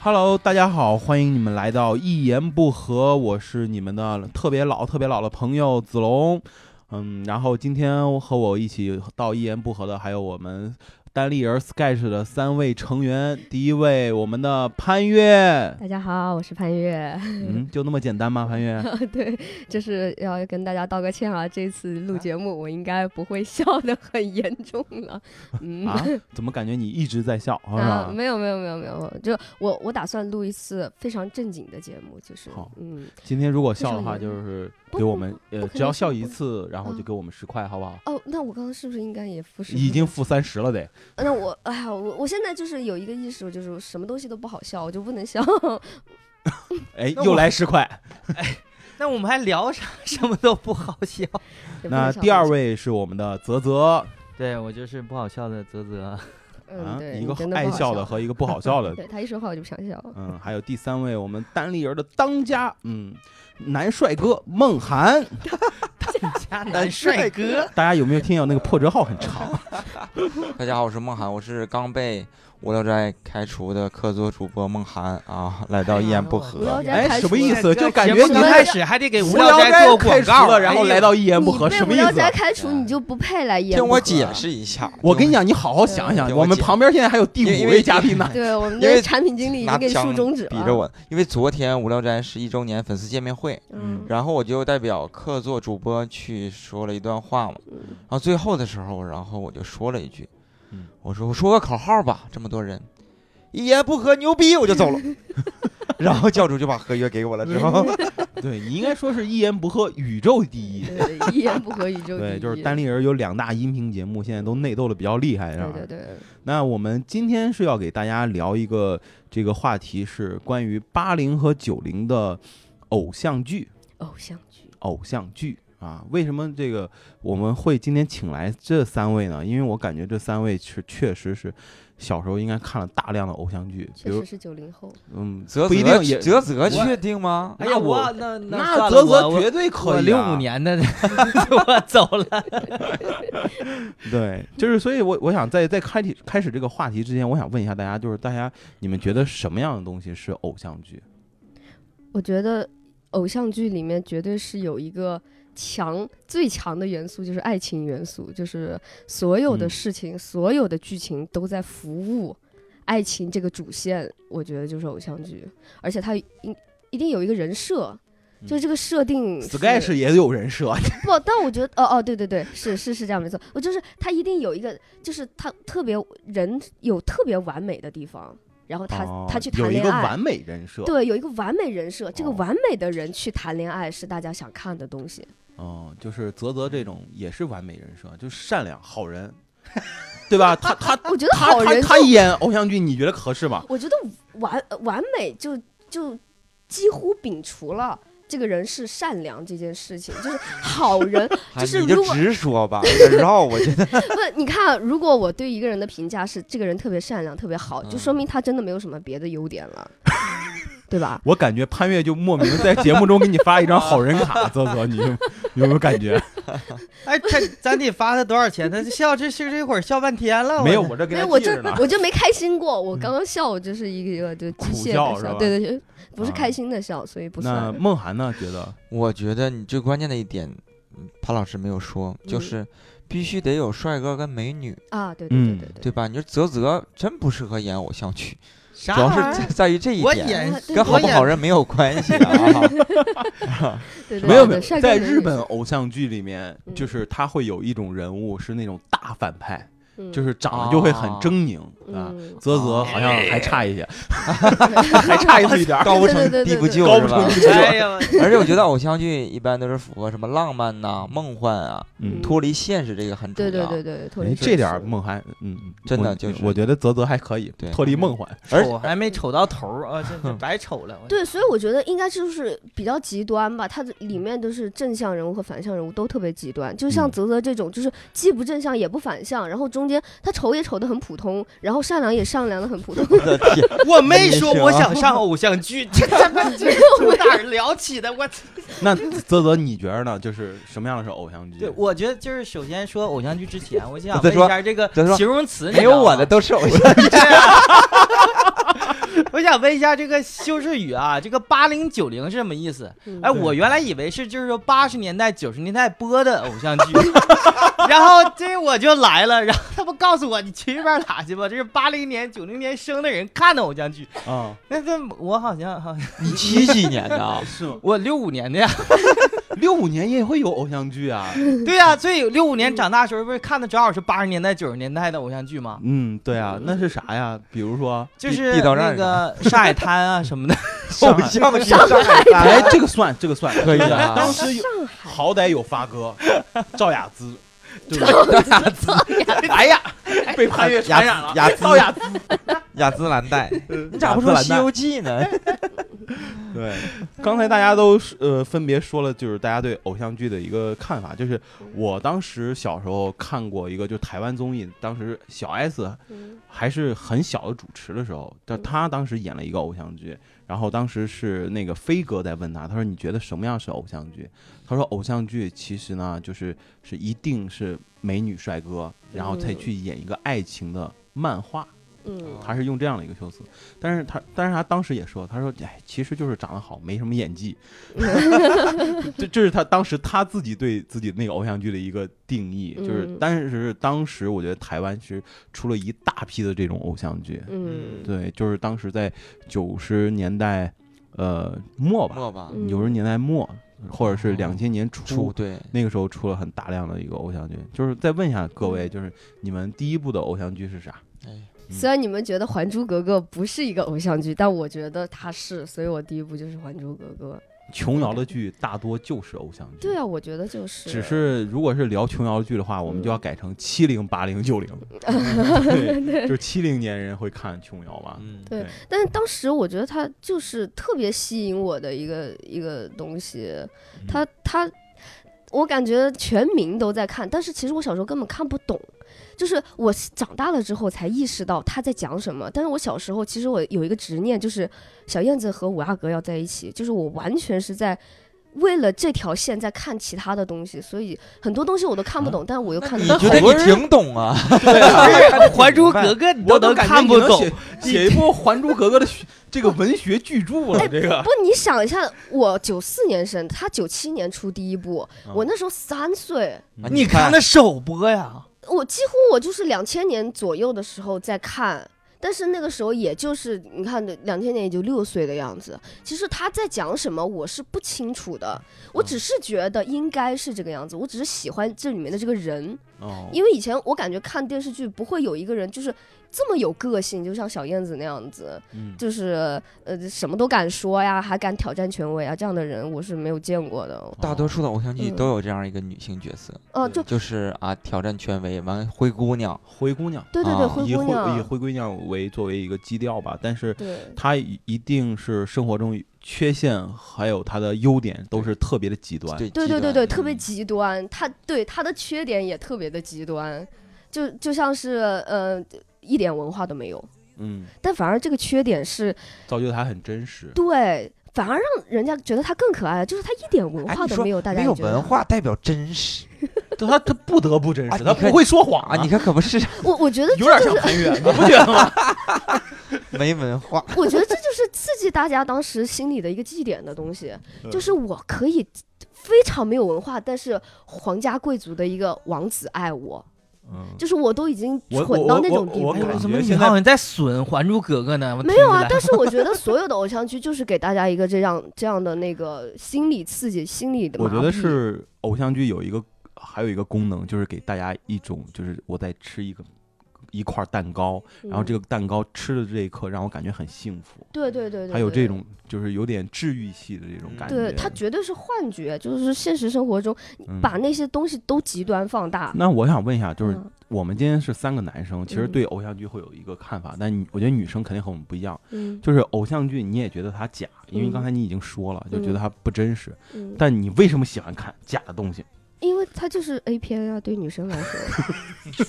Hello，大家好，欢迎你们来到一言不合，我是你们的特别老、特别老的朋友子龙。嗯，然后今天和我一起到一言不合的还有我们单立人 Sketch 的三位成员。第一位，我们的潘越，大家好，我是潘越。 嗯，就那么简单吗？潘越，对，就是要跟大家道个歉啊，这次录节目我应该不会笑得很严重了。嗯，啊，怎么感觉你一直在笑？是啊吧，没有没有没有没有，就我我打算录一次非常正经的节目，就是好嗯 今天如果笑的非话，常严就是不给我们呃不，可只要能笑是一不次，然后就啊给我们十块，好不好？哦，那我刚刚是不是应该也不是已经负三十了得。那我哎呀，我我现在就是有一个意识，我就是什么东西都不好笑，我就不能笑。哎，那又我来十块。那我们还聊啥？什么都不好笑。也不能那笑第二，位是我们的泽泽， 啊对我就是不好笑的泽泽。嗯，对，一你个真的爱不好笑的和一个不好笑的， 对他一说话我就不想笑。嗯，还有第三位我们单立人的当家，嗯，男帅哥梦涵， 加男哎帅哥，大家有没有听到那个破折号很长？大家好，我是梦涵，我是刚被无聊斋开除的客座主播梦涵啊，来到一言不无聊合。斋哎，开什么除意了思？就感节觉目你刚们开始还得给无无聊斋做开广除告哎了，然后来到一 E 言不合，你被什么无意聊思？啊哎斋开除，你就不啊配来演。听我解。释一下，我跟你讲，你好好想想，对我我们姐旁边现在还有第因为五因位为嘉宾呢。对我们哎因的为产品经理已经拿给你竖枪中指了。比着我，因为昨天无聊斋是一周年粉丝见面会，嗯，然后我就代表客座主播去说了一段话嘛，嗯然后最后的时候，然后我就说了一句嗯，我说我说个口号吧，这么多人，一言不合牛逼，我 就走了。然后教主就把合约给我了，之后对你应该说是一 E 言不合宇宙第一。对，一言不合宇宙第对，一。就是单立人有两大音频节目，现在都内斗的比较厉害，是啊吧？对对对，那我们今天是要给大家聊一个这个话题，是关于八零和九零的偶像剧。偶像剧。偶像剧啊，为什么这个我们会今天请来这三位呢？因为我感觉这三位是确实是小时候应该看了大量的偶像剧，比确如实是九零后，嗯，泽不一定泽也泽泽确定吗？哎那呀，我我那那算泽了我泽我绝对我可以、啊，六五年的， 我走了。对，就是所以我，我想在在开始开始这个话题之前，我想问一下大家，就是大家你们觉得什么样的东西是偶像剧？我觉得偶像剧里面绝对是有一个强最强的元素，就是爱情元素，就是所有的嗯事情、所有的剧情都在服务爱情这个主线。我觉得就是偶像剧，而且它一一定有一个人设，嗯就是这个设定嗯是。 Sketch 也有人设，不，但我觉得，哦哦，对对对，是是是这样，没错。我就是他一定有一个，就是他特别人有特别完美的地方，然后他、哦他去有谈一恋个爱完，美人设，对，有一个完美人设，这个哦完美的人去谈恋爱是大家想看的东西。哦，就是泽泽这种也是完美人设，就善良好人， 对吧？他 他我觉得啊他好他人他就，演偶像剧，你觉得合适吗？我觉得完呃完美就就几乎摒除了。这个人是善良这件事情，就是好人，哎就是你就如果直 说吧，有点绕，我觉得。不，你看，啊如果我对一个人的评价是这个人特别善良、特别好，就说明他真的没有什么别的优点 了，对吧？我感觉潘越就莫名在节目中给你发一张好人卡，泽泽，你有有没有感觉？哎，他咱得发他多少钱？他笑这这这会儿笑半天了。没有，我我这没跟有，他 我记就着呢。我就没开心 过。我刚刚笑，我就是一个就机苦械笑的是吧对对，对不是啊开心的笑，所以不那算。梦涵呢？觉得我觉得你最关键的一点，嗯潘老师没有说，就嗯是必须得有帅哥跟美女，啊，对对嗯对对对吧？你说泽泽真不适合演偶像剧，主主要啊是在在于这一我点，演对跟好不好人人没有关系啊。对对对，没有对啊没有，帅哥嗯在美日女本偶像剧里面，就是他会有一种人物是那种大反派，嗯就是长得就会很狰狰啊。嗯，泽泽好像还差一 些，还差一点儿，高不对成对对低不对对就，高是不成吧？低不就哎呀，而且我觉得偶像剧一般都是符合什么浪漫呐、梦幻啊，嗯脱离现实这个很重对要。对对对，脱哎，离这点儿现实梦涵，嗯，真的我就是我觉得泽泽还可以，对脱离梦幻。而丑还没丑到头儿啊，这 这白丑了。我对，所以我觉得应该就是比较极端吧，它这里面都是正向人物和反向人物都特别极端，就像嗯泽泽这种，就是既不正向也不反向，然后中间他丑也丑的很普通，然后善良也善良的很普通， 我的天， 我没啊说我想上偶像剧，这他妈这从哪儿聊起的？我 那泽泽，你觉得呢？就是什么样的是偶像剧？对，我觉得就是首先说偶像剧之前，我就想再问说一下这个再 说形容词，没有我的。都是偶像剧。啊 我想问一下这个修饰语啊，这个八零九零是什么意思？嗯哎，对我原来以为是就是说八十年代、九十年代播的偶像剧， 然后这我就来了，然后他们告诉我你去那边打去吧，这是八零年、九零年生的人看的偶像剧。啊，那这我好像好像你七几年的啊？ 是吗？我六五年的呀，六五年也会有偶像剧 啊， 对呀、所以六五年长大的时候不是看的正好是八十年代、九十年代的偶像剧吗？嗯，对啊，那是啥呀？比如 说，就地是地道那战个上海滩啊什么的。偶 像剧上 哎，这个算，这个算，可以啊当时有上海好歹有发哥，赵雅芝，对吧？海哎呀，被潘越传染了，雅兹赵雅芝，雅兹兰 黛，你嗯你咋不说《西游记》 呢？对， 刚才大家都是呃分别说了，就是大家对偶像剧的一个看法。就是我当时小时候看过一个，就台湾综艺，当时小 S 嗯还是很小的主持的时候，但她当时演了一个偶像剧，然后当时是那个飞哥在问她，他说你觉得什么样是偶像剧？他说偶像剧其实呢，就是是一定是美女帅哥，然后再去演一个爱情的漫画。嗯他是用这样的一个修辞，但是他，但是他当时也说，他说，哎，其实就是长得好，没什么演 技，这这是他当时他自己对自己那个偶像剧的一个定义，就是嗯，但是当时我觉得台湾其实出了一大批的这种偶像剧，嗯对，就是当时在九十年代，呃末吧，莫吧，嗯哦九十年代末或者是两千年出初，对，那个时候出了很大量的一个偶像剧，就是再问一下各嗯位，就是你们第一部的偶像剧是啥？哎，虽然你们觉得《还珠格格》不是一个偶像剧，但我觉得它是，所以我第一部就是《还珠格格》。琼瑶的剧大多就是偶像剧，对啊，我觉得就是。只是如果是聊琼瑶剧的话，我们就要改成七零、八零、九零，对， 就是七零年人会看琼瑶吧。嗯，对但是当时我觉得它就是特别吸引我的一个一个东西，它它，我感觉全民都在看，但是其实我小时候根本看不懂，就是我长大了之后才意识到他在讲什么。但是我小时候其实我有一个执念，就是小燕子和五阿哥要在一起，就是我完全是在。为了这条线在看其他的东西，所以很多东西我都看不懂，但我又看得觉懂。得你挺懂啊？ 《还珠格格》嗯你都能看 不懂，，写一部《还珠格格》的这个文学 巨著了。这个不，你想一下，我九四年生，他九七年出第一部，我那时候三岁，啊你看那首播呀，我几乎我就是两千年左右的时候在看，但是那个时候也就是你看的两千年也就六岁的样子。其实他在讲什么我是不清楚的，我只是觉得应该是这个样子，我只是喜欢这里面的这个人，哦，因为以前我感觉看电视剧不会有一个人就是这么有个性，就像小燕子那样子，嗯就是呃什么都敢说呀，还敢挑战权威啊，这样的人我是没有见过的。大多数的偶像剧嗯都有这样一个女性角色，哦、对就就是啊，挑战权威，完灰姑娘，灰姑娘，对对对，啊灰以姑灰以娘，灰姑娘为作为一个基调吧，但是对。她一一定是生活中缺陷还有她的优点都是特别的极端。对对极对对端对，嗯特别极端。他对他的缺点也特别的极端，就就像是呃一点文化都没有，嗯，但反而这个缺点是造就她很真实。对，反而让人家觉得他更可爱，就是他一点文哎化你都说没有，大家没也有觉得文他。化代表真实她她不得不真啊实，她你看不会说谎啊！ 你看可不是我我觉得这有点就像是，潘越，你不觉得吗？没文 化，我觉得这就是刺激大家当时心里的一个祭点的东西，就是我可以非常没有文化，但是皇家贵族的一个王子爱我， 嗯，就是我都已经我蠢我到我那我种地步我了。感哎怎么觉你现在好像在损《还珠格格》呢？我没有啊听，起来但是我觉得所 有的偶像剧就是给大家一个这样这样的那个心理刺激，心理的我麻痹。觉得是偶像剧有一个还有一个功能，就是给大家一种就是我在吃一个一块蛋糕，嗯，然后这个个蛋糕吃的这一刻让我感觉很幸福，对对对对，还有对这。种就是有点治愈系的这种感觉。对，它绝对是幻觉，就是现实生活中嗯把那些东西都极端放大。那我想问一下，就是嗯我们今天是三个男生，其实嗯对偶像剧会有一个看法，但你我觉得女生肯定和我们不一样。嗯就是偶像剧你也觉得它假，因为嗯刚才你已经说了，就觉嗯得它不真实。嗯，但你为什么喜欢看假的东西？ 因为它就是 A 片啊，对女生来说，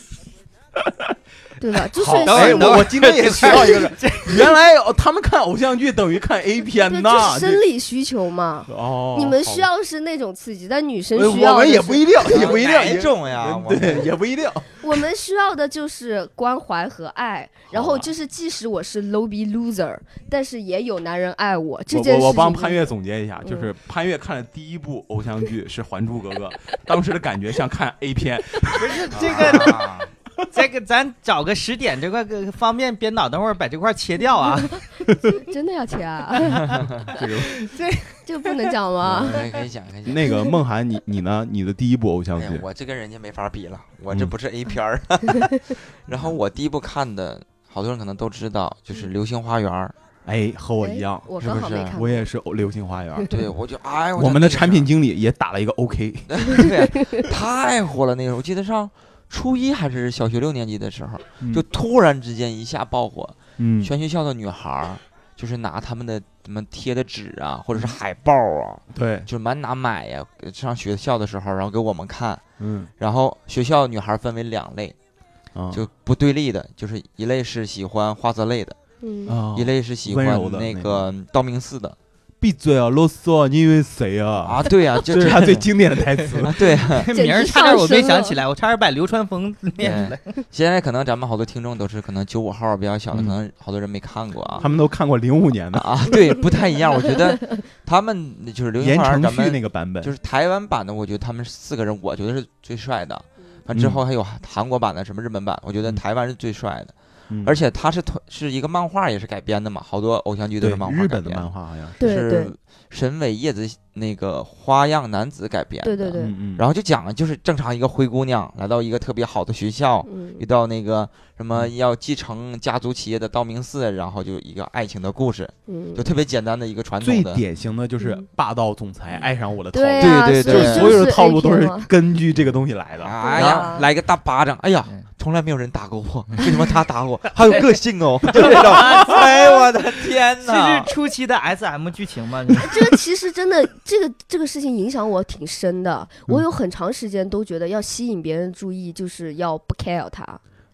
对吧？就是好，等会哎儿我等会儿我今天也学到一 个人这， 原来哦他们看偶像剧等于看 A 片对，呐就，是这生理需求嘛。哦，你们好需吧，要是那种刺激，但女生我需要我们的也是不一定，也不一定，哪也种啊呀？我对，也不一定。我们需要的就是关怀和爱，啊然后就是即使我是 low 逼 loser，但是也有男人爱我。这我件事情嗯我我帮潘越总结一下，就是潘越看的第一部偶像剧是《还珠格格》，当时的感觉像看 A 片，不是这 个啊这个，咱找个时点这块个方便编导，等会儿把这块切 掉啊。 真的要 钱啊？这个这不能讲吗？嗯可以可以讲，可以讲。那个梦涵，你你呢？你的第一部偶像哎呀剧，我这跟人家没法比了，我这嗯不是 A 片 儿。然后我第一部看的，好多人可能都知道，就是《流星花园》。哎，和我一样哎，我是不刚好没是看我过。也是《流星花园》。 对，我就哎，我们的产品经理也打了一个 OK， 对，太火了那个时候，我记得上初一还是小学六年级的时候，就突然之间一下爆火，嗯全学校的女孩儿就是拿他们的什么贴的纸啊，或者是海报啊，对，就满哪买呀、呃上学校的时候，然后给我们看。嗯然后学校女孩分为两类，啊就不对立的，就是一类是喜欢花泽类的，嗯，啊一类是喜温欢柔的那那个道明寺的闭嘴啊，啰嗦啊，你以为谁呀？啊。对呀、 就这是他最经典的台词。 啊，对、啊。这简名儿直差点上我没身想了起来，我差点把流川枫念出来。 现在可能咱们好多听众都是可能九五后比较小的，可嗯能好多人没看过啊他。们都看过零五年的啊， 对，不太一样。我觉 得他们就是流言星花园，承咱旭们那个版本，就是台湾版的，我觉得他们四个人，我觉得是最帅的。嗯完之后还有韩国版的，什么日本版，我觉得嗯台湾是最帅的。嗯而且它是同是一个漫画，也是改编的嘛，好多偶像剧都对是漫画日改本的编。漫画好像是，对对是神尾叶子那个花样男子改编的。对对对，嗯嗯，然后就讲了，就是正常一个灰姑娘来到一个特别好的学校，遇嗯，到那个什么要继承家族企业的道明寺，然后就一个爱情的故事，嗯就特别简单的一个传最统的。嗯典型的就是霸道总裁爱上我的套对路，呀，对对所以对就所有的是哎套路都 AP 是 嘛根据这个东西来的。哎对呀啊，来个大巴掌！哎呀嗯，从来没有人打过 我，为什么他打我？还有个性哦，就这种。哎，我的天这哪！是初期的 S M 剧情 吗？这是这个其实真的，这个这个事情影响我挺深的。我嗯有很长时间都觉得要吸引别人注意，就是要不 care 他。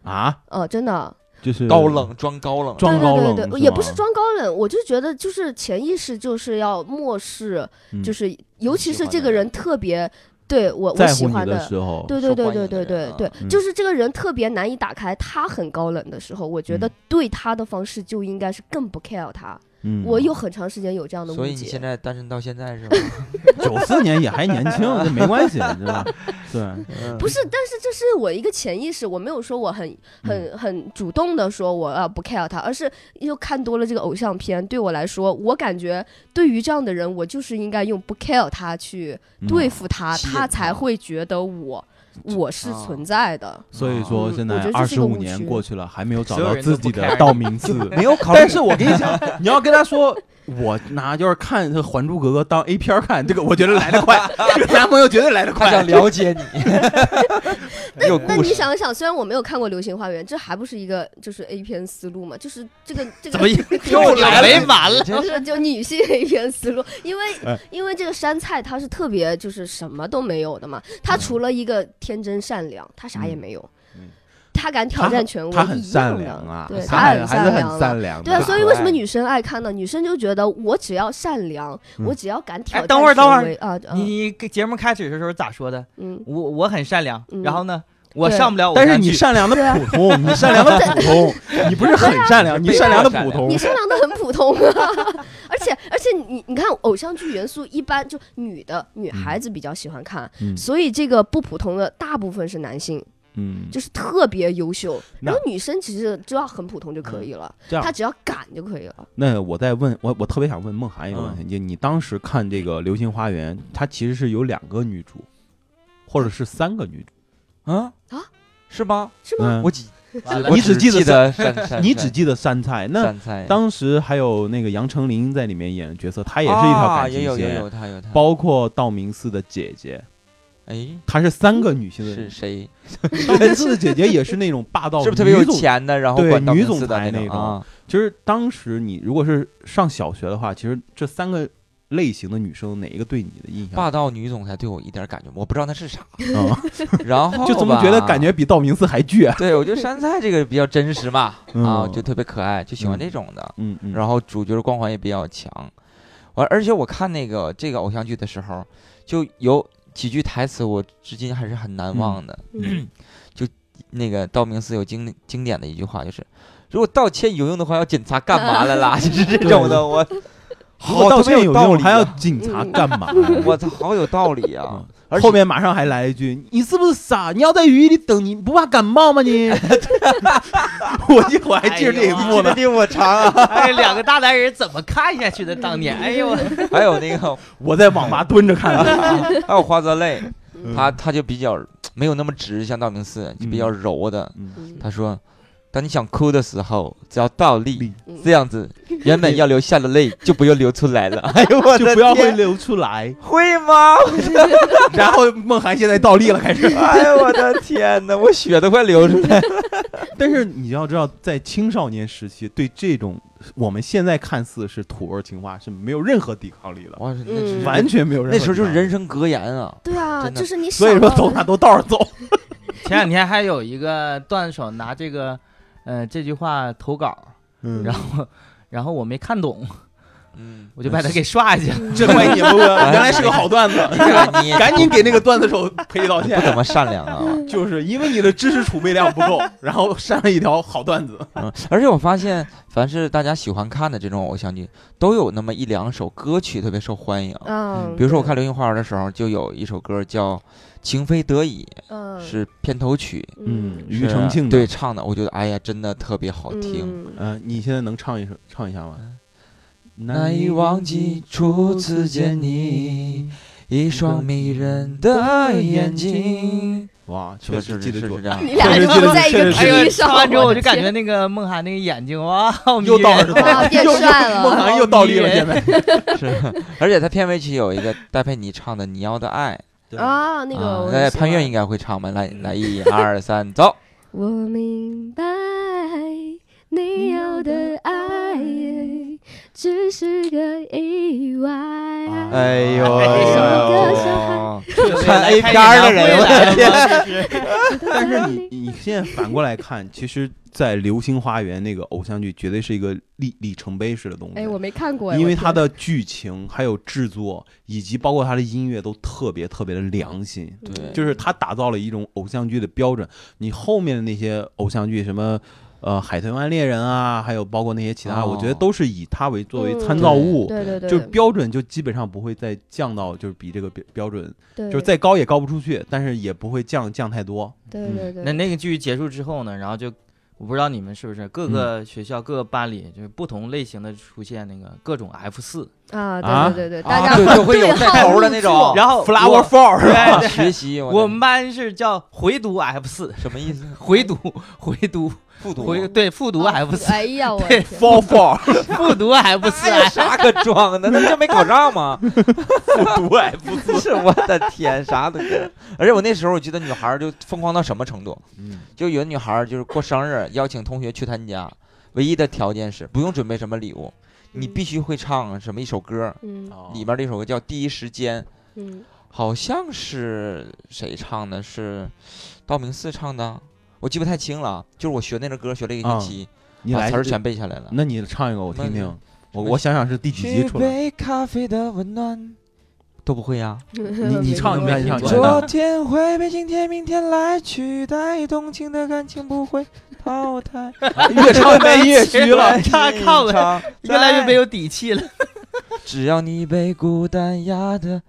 啊，呃，真的，就是高，冷装高冷，装高冷对对对是对，也不吗是装高冷，我就觉得就是潜意识就是要漠视，嗯就是尤其喜是欢这的个人人特别对我我在喜乎你欢的时候，对对受对欢对迎的对对人对嗯，就是这个人特别难以打开，他很高冷的时候，我觉得嗯对他的方式就应该是更不 care 他。嗯我有很长时间有这样的误所以你现解，在单身到 现在是吧？九四年也还年轻，这没关系，你知 道吧？对，嗯不是，但是这是我一个潜意识，我没有说我很嗯很很主动的说我啊要不 care 他，而是又看多了这个偶像片，对我来说，我感觉对于这样的人，我就是应该用不 care 他去嗯对付他，吸引他他才会觉得我我是啊存在的。所以说嗯现我在觉得二十这是一个五误年区过去了，还没有找所有到人都自己不的 care 道明 寺。没有考虑但是我跟你 讲，你要跟他说，我拿就是看这《还珠格格》当 A 片儿看，这个我觉得来得 快，这个男朋友绝对来得他快想。了解你，有那故你事。想一想，虽然我没有看过《流星花园》，这还不是一个就是 A 片思路嘛？就是这个这个 怎么又又来了没完了？真就是就女性 A 片思路，因为、哎因为这个杉菜她是特别就是什么都没有的嘛，她除了一个天真善良，她啥也没有嗯嗯，她敢挑战权威，他很一样善的良啊对，，他她还还很是善良很啊善良的。对啊，所以可为什么爱女生爱看呢？女生就觉得我只要善良，嗯我只要敢挑哎战等会儿等会儿权威啊，啊你你给节目开始的时候咋说的？嗯，我我很善良，嗯然后呢，我对上不了偶但像剧。是你善良的对啊啊普通，你善良的普 通，你不是很善良，你善良的普你通。善良的很普通啊， 而且而且你你看偶像剧元素一般就女的女孩子比较喜欢看，嗯所以这个不普通的大部分是男性，嗯，就是特别优秀。那嗯然后女生其实只要很普通就可以了，这样她只要敢就可以了。那我再问我，我特别想问梦涵一个问嗯题，就你当时看这个《流星花园》，它其实是有两个女主，或者是三个女主。啊啊，是吗？是吗？嗯，我只完了你我只记记得得山山你山只记得杉菜，那山菜，当时还有那个杨丞琳在里面演的角色，她也是一条啊感情也有也线，有他有他。包括道明寺的姐姐，哎，她是三个女性是的。谁？道明寺的姐姐也是那种霸道， 是不是特别有女总？钱的，然后对管道女明总寺的裁那那种啊？其实当时你如果是上小学的话，其实这三个类型的女生哪一个对你的印象？霸道女总裁对我一点感觉，我不知道那是啥。啊， 然后就总觉得感觉，觉比道明寺还倔。对我觉得杉菜这个比较真实嘛，啊，嗯就特别可爱，就喜欢这种的。嗯嗯，然后主角光环也比较强。完，而且我看那个这个偶像剧的时候，就有几句台词我至今还是很难忘的。嗯 就那个道明寺有经经典的一句话，就是如果道歉有用的话，要警察干嘛 来啦？就是这种的，我如果好道哦特别歉有道用，理还要啊嗯警察干嘛呀？ 我操，好有道理啊！而嗯且后面马上还来一句：“你是不是傻？你要在雨里等，你不怕感冒吗你？” 我记我还记着这一幕记得呢。比我长啊！ 哎，两个大男人怎么看下去的？当年，哎呦我， 还有那 个，我在网吧蹲着看， 还有花泽类，嗯他他就比较没有那么直，像道明寺就比较柔的。嗯他说，当你想哭的时候，只要倒立力，这样子，原本要流下的泪就不用流出 来了。哎呦我嗯就的不要会天，流出来。会吗？ 然后梦涵现在倒立了，开始。哎呦我的天哪，我血都快流出来了。但是你要知道，在青少年时期，对这种我们现在看似是土味情话是没有任何抵抗力的，哇，那是嗯完全没有任何那抵抗力。时候就是人生格言啊。对啊，真的就是你所以想说到走的哪都倒着走。前两天还有一个段手拿这个，呃，这句话投稿，嗯然后然后我没看懂，嗯，我就把他给刷下去了。这怪你们，原来是个好段子，你 赶紧给那个段子手赔礼道不怎歉。么善良啊。 就是因为你的知识储备量不够，然后删了一条好段子。 嗯，而且我发现，凡是大家喜欢看的这种偶像剧，都有那么一两首歌曲特别受欢迎。嗯，比如说，我看《流星花园》的时候，就有一首歌叫《情非得已》，嗯是片头曲，嗯，是庾澄庆的对，唱的，我觉得哎呀，真的特别好听。嗯呃，你现在能唱一首唱一下吗？难以忘记初次见你，一双迷人的眼睛。哇，是确不实是记是得是住是。这 样？你俩人啊确实放在一确个实哎是题 呦，上，唱完之后我就感觉天那个梦涵那个眼睛哇，好迷又倒着人走啊，变又又帅了哦梦涵又倒立了，好迷现在。是， 而且他片尾曲有一个戴佩妮唱的《你要的爱》，啊，那啊个我哎也喜潘越欢应该会唱吧？来来，一 二三，走！我明白你要的爱只是个意外。啊哎呦，啊哎呦看 A 片儿的 人我的天，但是你你现在反过来看，其实，在《流星花园》那个偶像剧，绝对是一个里里程碑式的东西。哎，我没看过哎，因为我它天的剧情、还有制作，以及包括它的音乐，都特别特别的良心。对嗯就是它打造了一种偶像剧的标准。你后面的那些偶像剧，什么呃《海豚湾恋人》啊，还有包括那些其他，哦我觉得都是以它为作为嗯参照物。对对对，就是标准就基本上不会再降到，就是比这个标标准，对就是再高也高不出去，但是也不会降降太多。对对对，那那个剧结束之后呢，然后就我不知道你们是不是各个学校、各个班里就是不同类型的出现那个各种 F 四，啊，啊对对对对，啊大家对会就会有对带号头的入那座种然后 Flower 我 Four 是吧？对学对， 习我我们班是叫回读 F 四，什么意思？回读回读复读回对复读啊 F 四，哎呀，我对天 Fall Fall 复读 F 四， 哎有啥可装的？那不就没考上 吗？哎复读 F 四，是我的天，啥都没有。而且我那时候我记得女孩儿就疯狂到什么程度，嗯就有的女孩儿就是过生日邀请同学去她家，唯一的条件是不用准备什么礼物，你必须会唱什么一首歌，嗯哦里面的一首歌叫《第一时间》，嗯好像是谁唱的？是道明寺唱的，我记不太清了。就是我学那个歌学了一个星期，你把来词儿全背啊下来了。那你唱一个我听什听么，我什么我想想是第几集举出来？杯咖啡的温暖都不会呀、你你唱一没遍，听你唱一过遍昨。天会被今天、明天来取代，动情的感情不会淘 汰。越唱越越虚 了。看看我我，越来越没。有底气了。只要你被孤单压得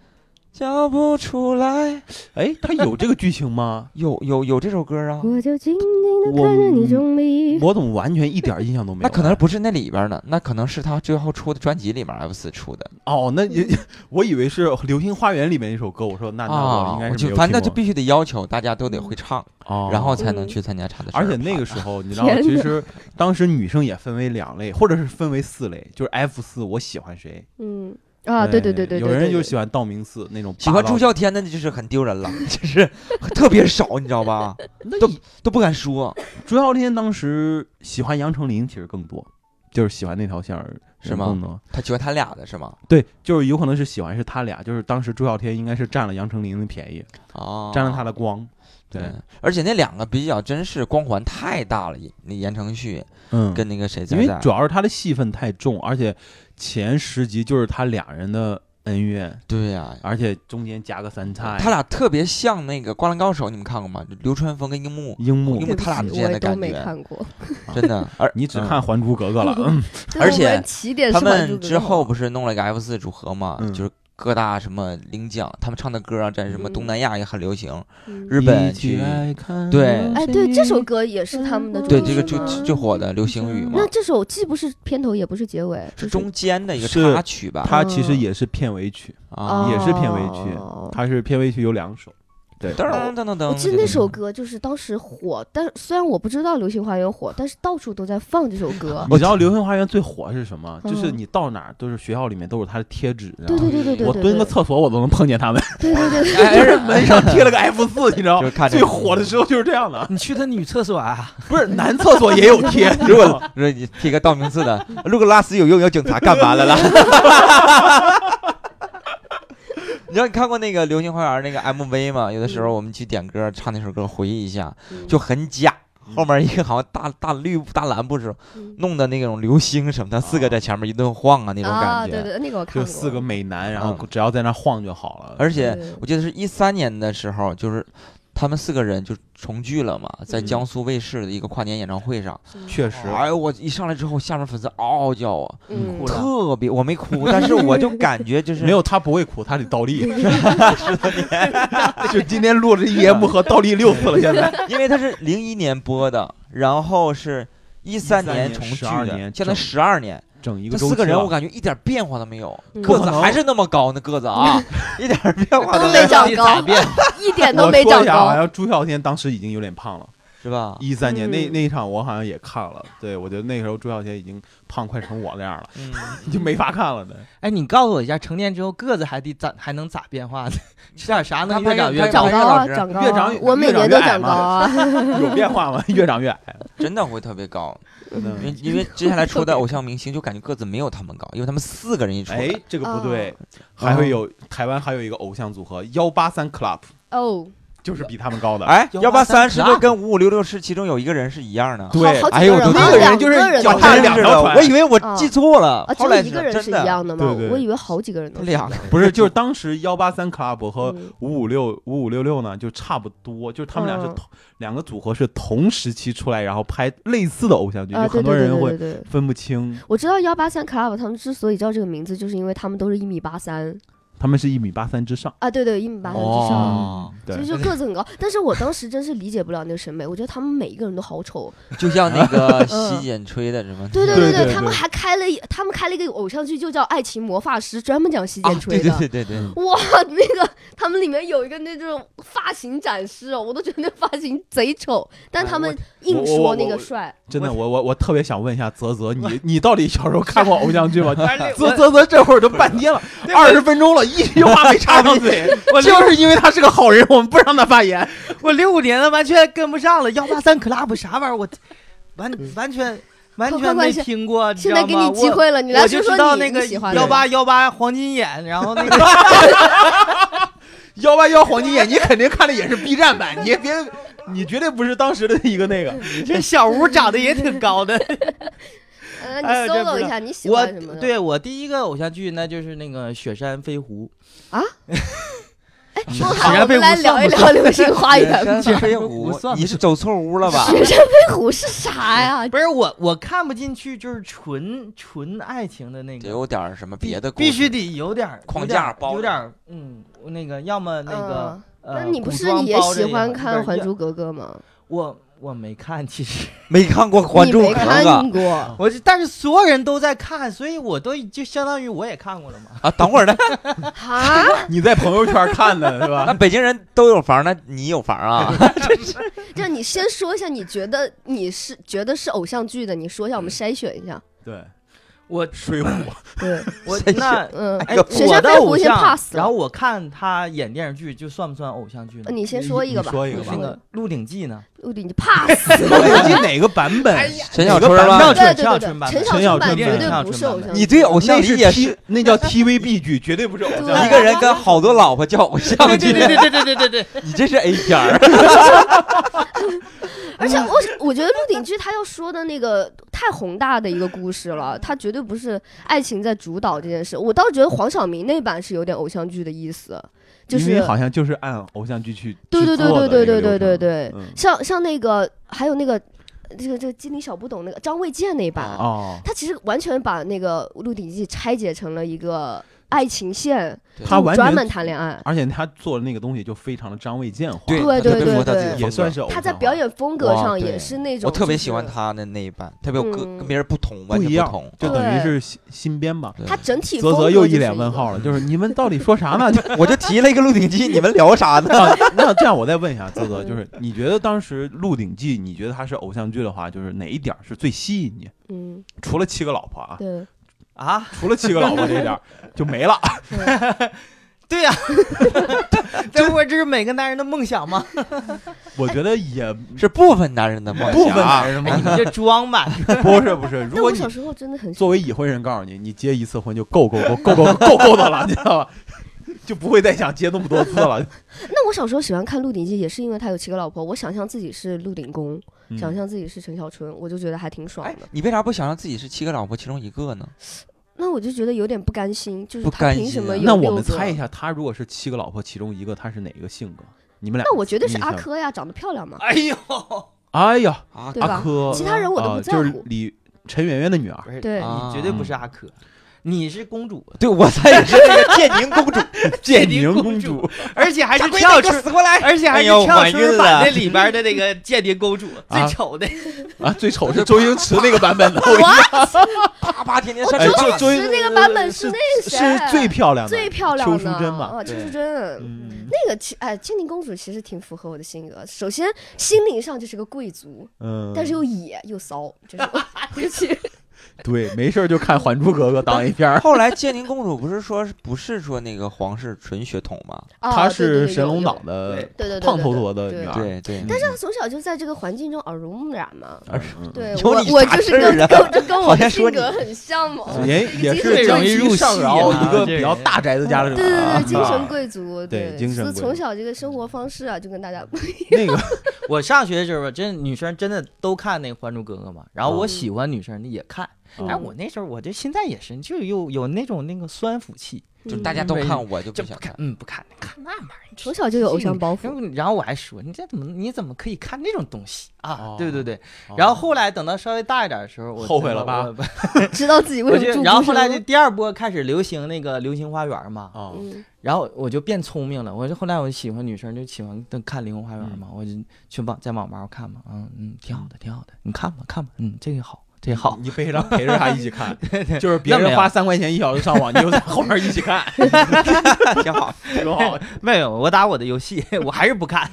叫不出来，哎，他有这个剧情吗？有有有这首歌啊。我就静静的我看着你中离，我怎么完全一点印象都没有？那可能不是那里边儿的，那可能是他最后出的专辑里面 F 四出的哦，那也嗯 我以为是《流星花园》里面一首歌。我说那那我应该啊我是没就有反正听就过必须得要求大家都得会唱，哦然后才能去参加他的事儿啊而吧。且那个时 候，你知道，天哪其实当时女生也分为两类，或者是分为四类，就是 F 四，我喜欢谁嗯啊，对对对对，有对人就对喜欢道明寺那种霸喜道，欢朱孝天的，那就是很丢 人了，就是特别少，你知道吧？那都都不敢说。朱孝天当时喜欢杨丞琳其实更多，就是喜欢那条线儿，是共吗？的。他喜欢他俩的是吗？对，就是有可能是喜欢是他俩，就是当时朱孝天应该是占了杨丞琳的便宜，哦，占了他的光。对，而且那两个比较真是光环太大了，那言承旭嗯，跟那个谁因在为在主要是他的戏份太重，而且前十集就是他俩人的恩怨，对呀、而且中间夹个三菜。他俩特别像那个《灌篮高手》，你们看过吗？就流川枫跟樱木，樱木因为他俩对不起之间我的也都感没觉看过，真的。而你只嗯看《还珠格格》了， 嗯，而且对我们起点是他还珠们格之格后不是弄了一个 F 四组合嘛，嗯就是各大什么领奖，他们唱的歌啊，在什么东南亚也很流行。嗯日本一起去来看对流哎，对，这首星歌也嗯是他们的主题对，曲吗，这个就就就火的流行语嘛那，这首既不是片头，也不是结尾，就是中间的一个是插曲吧？它其实嗯也是片尾曲，啊，哦也是片尾曲它是片尾曲有两首。对，噔噔噔噔噔，哦我记得那首歌就是当时火，但虽然我不知道《流星花园》火，但是到处都在放这首 歌。你知道《流星花园》最火是什么？就是嗯你到哪儿都是学校里面都是它的贴纸，你知道对吗对对对对，我对蹲个，厕所我都能碰见他 们，对对对对哎，就是门上贴了个 F 四，你知道 就吗？是看着最火的时候就是这样的，你去他女厕所啊？ 不是男厕所也有 贴，如果如果你贴个道明寺的，如果拉屎有用，有警察干嘛来了？ 你知道你看过那个《流星花园》那个 MV 吗？有的时候我们去点歌唱那首歌，回忆一下，嗯就很假。后面一个好像大大绿大蓝不是嗯弄的那种流星什么的，四个在前面一顿晃啊那种啊，感对觉。对，那个我看就过。四个美男，然嗯后只要在那晃就好了。而对且我记得是一三年的时候，就是他们四个人就重聚了嘛，在嗯江苏卫视的一个跨年演唱会上。确实，哎呦，我一上来之后，下面粉丝嗷嗷叫啊，嗯哭了特别，我没哭，但是我就感觉就 是没有他不会哭，他得倒立。 就今天录了一言不合，倒立六次了，现在。 因为它是零一年播的，然后是一三13年年重聚12的，年现在正十二年，整一这个周四期个人我了，感觉一点变化都没有，嗯个不子可能还是那么高，那个子啊，一点变化都没没有，长你高咋变？ 一点都我没说长一下啊，好高。像朱孝天当时已经有点胖了，是吧？一三年那嗯那一场我好像也看了，对我觉得那时候朱孝天已经胖快成我这样了，嗯，你就没法看了。对，哎，你告诉我一下，成年之后个子还得咋还能咋变化呢？吃点啥能越长越看高哎长看？高老啊，师长高越啊长！越我每长越年都矮长高嘛啊。有变化吗？越长越矮。真的会特别高，因为 嗯因为接下来 出的偶像明星就感觉个子没有他们高，因为他们四个人一出来哎，这个不对哦，还会有台湾还有一个偶像组合幺八三 Club， 哦，就是比他们高的。哎，幺八183三是不是跟五五六六是其中有一个人是一样的？对好好哎几呦个人我啊，都那两个个人就是脚我真踏是两条的，船我以为我记错了啊，，后就来一个人真是一的样的吗对？对我以为好几个人都是一两样个的。不是，就是当时幺八三 Club 和嗯五五六五五六六呢，就差不多，就是他们俩是嗯同、两个组合是同时期出来，然后拍类似的偶像剧，啊，就很对多对对人对对会对。分不清，我知道幺八三 club 他们之所以叫这个名字，就是因为他们都是一米八三他们是一米八三之上，啊，对对，一米八三之上，哦，所对以，就个子很高。但是我当时真是理解不了那个审美，我觉得他们每一个人都好丑。就像那 个嗯洗剪吹的什么，对对对对他们对还开了一，他们开了一个偶像剧，就叫《爱情魔发师》，专门讲洗啊剪吹的。对对对对 对，哇，那个他们里面有一个那种发型展示哦，我都觉得那发型贼丑，但哎他们我硬我说我那个我帅。真的，我我我特别想问一下泽泽，你你到底小时候看过偶像剧 吗？哎我泽泽泽这会儿都半天了， 二十分钟了， 一句话没插上哎嘴，就是因为他是个好人，我们不让他发言。我六五年的完全跟不上了，幺八三 club 啥玩意儿？我完嗯完全完快全快没现听过，你知现道在吗？给你机会了，你我来我说就说知道你那个你喜欢的幺八幺八黄金眼，然后那个 幺八幺黄金眼，你肯定看的也是 B 站版，你也别，你绝对不是当时的一个那 个。这小吴长得也挺高的。呃，你哎这不 solo 知一道下你 喜我欢什么的？，对 我第一个偶像剧那就是那个《雪山飞狐孟雪涵，山我飞们狐来聊一聊《流星花园》吧。雪山飞不狐算，不你是走错屋了 吧？雪山飞狐是啥呀》，？不是我我看不进去，就是纯纯爱情的那得个，有点儿什么别的故事，必须得有点儿框有点儿架包着有点儿嗯，那个要么那个嗯。呃，那你不古是装也包着喜欢好看《还？有点儿珠格格》吗？我我没看，其实没看过《还你珠没格格看》 过，我就但是所有人都在看，所以我都就相当于我也看过了嘛。啊！等会儿呢，哈？你在朋友圈看的是 那吧？北京人都有房，那你有房啊？ 就你先说一下，你觉得你是觉得是偶像剧的，你说一下，我们筛选一下。对， 我水浒 对， 我谁那嗯，哎哎，呦雪我山的飞偶狐先像， pass 了。然后我看他演电视剧，就算不算偶像剧呢呃？你先说一个吧，哎你说一就个是吧。那个《鹿鼎记》呢？我得你怕死我也不记得哪个版本。 陈哪小个春版吧对本陈对小对春对，陈版本哎陈小小版春版绝对本不是偶像剧。你对偶像那剧是也 T，那叫 TVB 剧，绝对不是偶像对剧。 一个人跟好多老婆叫偶像 对对剧，对对对对对对，你这是 A 片儿。而且我我觉得鹿鼎记他要说的那个太宏大的一个故事了，他绝对不是爱情在主导这件事。我倒觉得黄晓明那版是有点偶像剧的意思，就因为是好像就是按偶像剧去对对对对对对对对对对，嗯像像那个还有那个这个这个金陵小不懂那个张卫健那版，哦，他其实完全把那个《鹿鼎记》拆解成了一个爱情线，对他完专全门谈恋爱。而且他做的那个东西就非常的张卫健化，对对他特对别符合对他自也对己的风格算是偶像他化在表演风格哇上对也是那种，我特别喜欢。他的那一版，特别有跟嗯跟别人不同，完不全一样同，。就等于对是新新编吧。对他整体泽风格泽又一脸问了。 号了，就是你们到底说啥呢？就 我就提了一个《鹿鼎记》，你们聊啥呢？啊那这样我再问一下泽泽，就是你觉得当时《鹿鼎记》，你觉得它是偶像剧的话，就是哪一点儿是最吸引你？嗯，除了七个老婆啊，对， 啊，除了七个老婆这一点 儿就没了。对呀，这不这是每个男人的梦想吗？我觉得也是部分男人的梦想，啊部分男人哎嘛你， 这装吧，啊不是不是，如但果我你小时候真的很喜作为已婚人，告诉你，你结一次婚就够够够够够够够的 了，你知道吧？就不会再想结那么多次了。那我小时候喜欢看《鹿鼎记》，也是因为他有七个老婆，我想象自己是鹿鼎公，嗯想象自己是陈小春，我就觉得还挺爽哎的。，你为啥不想让自己是七个老婆其中一个呢？那我就觉得有点不甘心，就是不他甘凭心什么啊有那我六们个猜一下，他如果是七个老婆其中一个，他是哪个性格？你们俩？那我绝对是你阿想。珂呀，长得漂亮嘛，哎呦，哎呀，啊，对阿吧？珂，其他人我都啊不在就是啊乎。李陈圆圆的女 儿。不是啊对你绝对不是阿珂，你是公主，对我猜也是那个建宁公主， 建宁宁公公主 主，而且还是大龟跳那出个，死过 来！而且还哎是呦跳怀出孕版了那里边的那个间谍 公主，啊最丑的，啊，最丑 是周星驰那个版本的，我啪啪，天天跟扇你说巴哎，掌。周星是那个版本是是那谁啊啊是最漂亮的，最漂亮邱的淑贞吧？啊，邱对淑贞。嗯那个其哎，千宁公主其实挺符合我的性格。首先，心灵上就是个贵族，嗯，但是又野又骚，这是我 这是对，没事儿就看《还珠格格》当一片儿。 后来建宁公主不是说是不是说那个皇室纯血统吗？啊她对对是对神龙有岛有的对对对胖头对陀的对女儿，对对，但但是他从小就在这个环境中耳濡目染嘛。嗯，对有我你，我啥就是事儿跟啊跟 这跟好我的像说性你格很像嘛。嗯也也精神是容易精入神上戏饶啊一个这比较人大宅子家的人，对对对，精神啊贵 族，对精神所以贵从族小这个生活方式啊，就跟大家不一样。那个 我上学的时候吧，真女生真的都看那个《还珠格格》嘛，然后我嗯喜欢女生的也看，嗯哎，我那时候我这现在也是，就有有那种那个酸腐气，就大家嗯都看，我就就不不想看看，，嗯，不看，看那玩意儿，从小就有偶像包然袱。后然后我还说，你这怎么你怎么可以看那种东西啊哦？对对对，然后后来等到稍微大一点的时候，我后悔了吧我我知道自己我 为什么就住然后孤后来就生第二波开始流行那个《流星花园》嘛，哦嗯然后我就变聪明了，我就后来我喜欢女生就喜欢看《流星花园》嘛，我就去网在网吧我看嘛，嗯嗯，挺好的，挺好的，你看吧看吧，嗯，这个好，这个好，你非常陪着他一起看，对就是别那没人有花三块钱一小时上网，你就在后面一起看，挺好。挺好，没有，我打我的游戏， 我还是不看，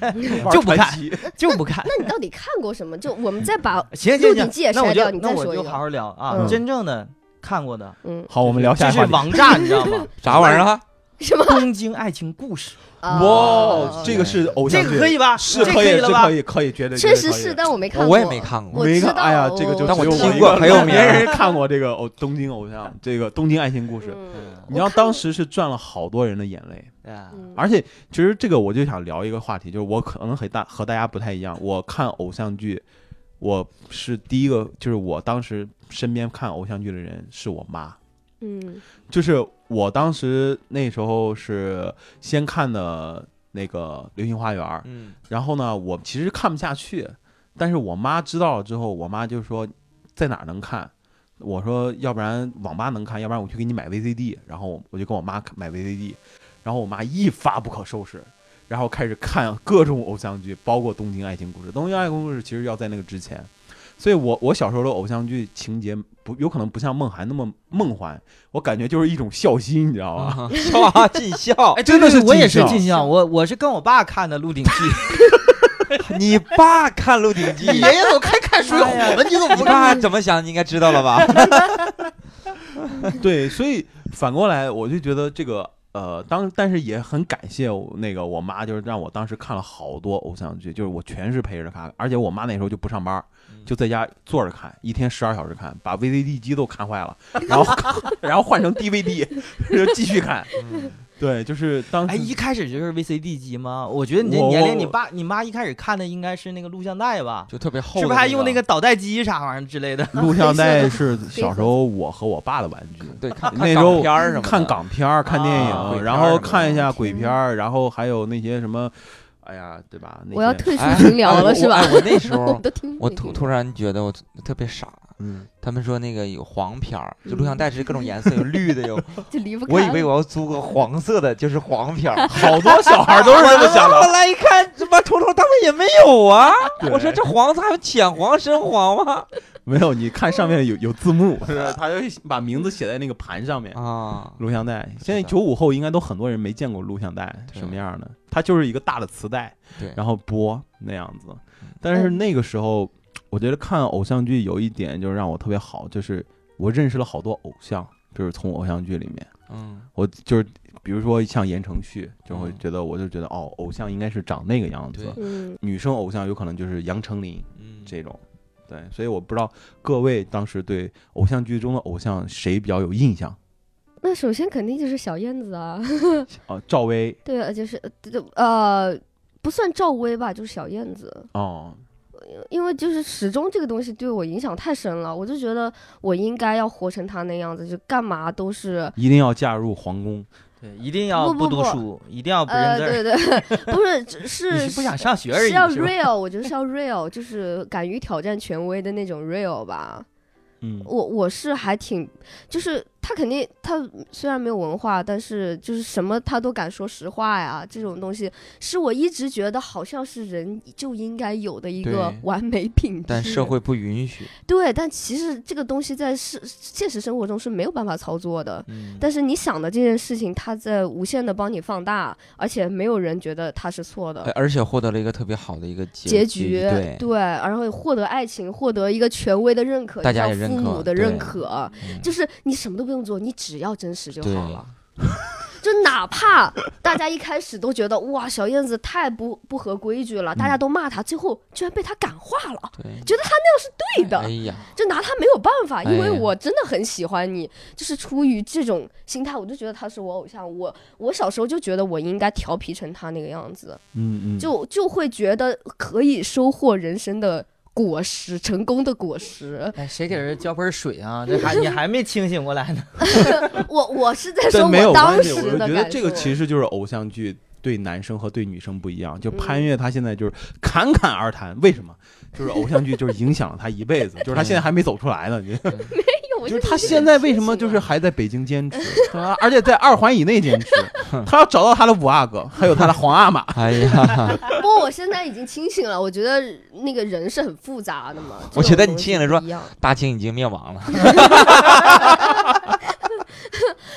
就玩不传看，奇。就不 看。那你到底看过什么？就我们再把行鹿行鼎行记也，那我删掉就你那再我说就一个好好聊啊，嗯真正的看过的，嗯好，我们聊下就一是话题。王炸，你知 道吗？啥玩意儿啊？什么《东京爱情故事啊哇，这个是偶》，像这剧，个可以吧？是这可可以，了是吧可？以，可以，绝对确实是，但我没看过，我也没看过。我没知看，道哎呀，这个就但我只有听一过个很有人名没儿人看过这个偶东京偶像这个东京爱情故 事。嗯你知道当时是赚了好多人的眼泪，对啊嗯而且其实这个我就想聊一个话题，就是我可能和大和大家不太一样，我看偶像剧，我是第一个，就是我当时身边看偶像剧的人是我妈，嗯就是我当时那时候是先看的那个《流星花园》，嗯，然后呢，我其实看不下去，但是我妈知道了之后，我妈就说在哪儿能看。我说，要不然网吧能看，要不然我去给你买 VCD。然后我就跟我妈买 VCD，然后我妈一发不可收拾，然后开始看各种偶像剧，包括《东京爱情故事》。《东京爱情故事》其实要在那个之前，所以我我小时候的偶像剧情节不有可能不像梦涵那么梦幻，我感觉就是一种孝心，你知道吗？ 笑啊，尽孝哎，。真的对对是我也尽是孝尽孝，我我是跟我爸看的 《鹿鼎记》， 你爸看《鹿鼎记》，爷我看看水浒了，你怎么哎你爸怎么想？你应该 知道了吧？ 对，所以反过来，我就觉得这个呃，当但是也很感谢我那个我妈，就是让我当时看了好多偶像剧，就是我全是陪着看，而且我妈那时候就不上班，嗯就在家坐着看，一天十二小时看，把 VCD 机都看坏 了，然后 然后换成 DVD，就 继续 看。嗯对，就是当哎，时一开始就是 VCD 机吗？我觉得你这嗯我年我龄，你爸你妈一开始看的应该是那个录像带吧？就特别厚的、是不是还用那个导带机啥玩意儿之类的？录像带是小时候我和我爸的玩具。啊对看那看时候港片儿什么的看港片儿、看电影，啊鬼片儿然后什么的看一下鬼片儿，然后还有那些什么，哎呀，对吧？那我要些退出哎群聊哎了我是吧哎？我那 时我候都听我不突明突然觉得我特别傻，嗯，他们说那个有黄片儿，就嗯录像带是各种颜色，有绿的，有就离 不开。我以为我要租个黄色的，就是黄 片儿。好多小孩儿都是这么想 的。后来一看，怎么瞅瞅他们也没有啊！对我说这黄色还有浅黄、深黄吗？没有，你看上面有有字幕，是吧他就把名字写在那个盘上面。啊，录像带，现在是的九五后应该都很多人没见过录像带对什么样的，它就是一个大的磁带，对，嗯然后播那样子。但是那个时候，我觉得看偶像剧有一点就是让我特别好，就是我认识了好多偶像，就是从偶像剧里面。嗯，我就是比如说像言承旭，就会嗯觉得我就觉得哦，偶像应该是长那个样子对。嗯，女生偶像有可能就是杨丞琳嗯这种，对，所以我不知道各位当时对偶像剧中的偶像谁比较有印象那首先肯定就是小燕子啊， 啊？赵薇对啊，就是呃，不算赵薇吧，就是小燕子，哦，因为就是始终这个东西对我影响太深了，我就觉得我应该要活成她那样子，就干嘛都是一定要嫁入皇宫，对，一定要不不读不书，一定要不认呃，字对儿。对， 不是只你是是不想上学而是已，要是吧。real，我觉得是要 real，就是 敢于挑战权威的那种 real 吧。嗯，我我是还挺，就是他肯定他虽然没有文化，但是就是什么他都敢说实话呀，这种东西是我一直觉得好像是人就应该有的一个对完美品质。但社会不允许。对，但其实这个东西在是现实生活中是没有办法操作的。嗯，但是你想的这件事情，它在无限的帮你放大，而且没有人觉得它是错的哎。而且获得了一个特别好的一个结局，局，对，然后获得爱情，获得一个权威的认可，大家像也认父可母的对认可，嗯就是你什么都不用做，你只要真实就对好了。就哪怕大家一开始都觉得哇，小燕子太不不合规矩了，大嗯家都骂她，最后居然被她感化了，对觉得她那样是对的，哎呀，就拿她没有办法，因哎为呀我真的很喜欢你，就是出于这种心态，我就觉得她是我偶像。我我小时候就觉得我应该调皮成她那个样子，嗯嗯，就就会觉得可以收获人生的果实，成功的果实 哎，谁给人浇盆水啊？这还你还没清醒过来呢。我我是在说但没有我当关系，时我就的觉感得这个其 实实就是偶像剧。对男生和对女生不一样，就嗯潘越他现在就是侃侃而谈，为什么？就是偶像剧就是影响了他一辈子，就是他现在还没走出来呢。你哎就是他现在为什啊么就是还在北京坚持， 啊而且在二环以内坚持？他要找到他的五阿哥，还有他的皇阿玛。哎呀，不过我现在已经清醒了，我觉得那个人是很复杂的嘛。这我觉得种东你西清醒了不说一样大清已经灭亡了。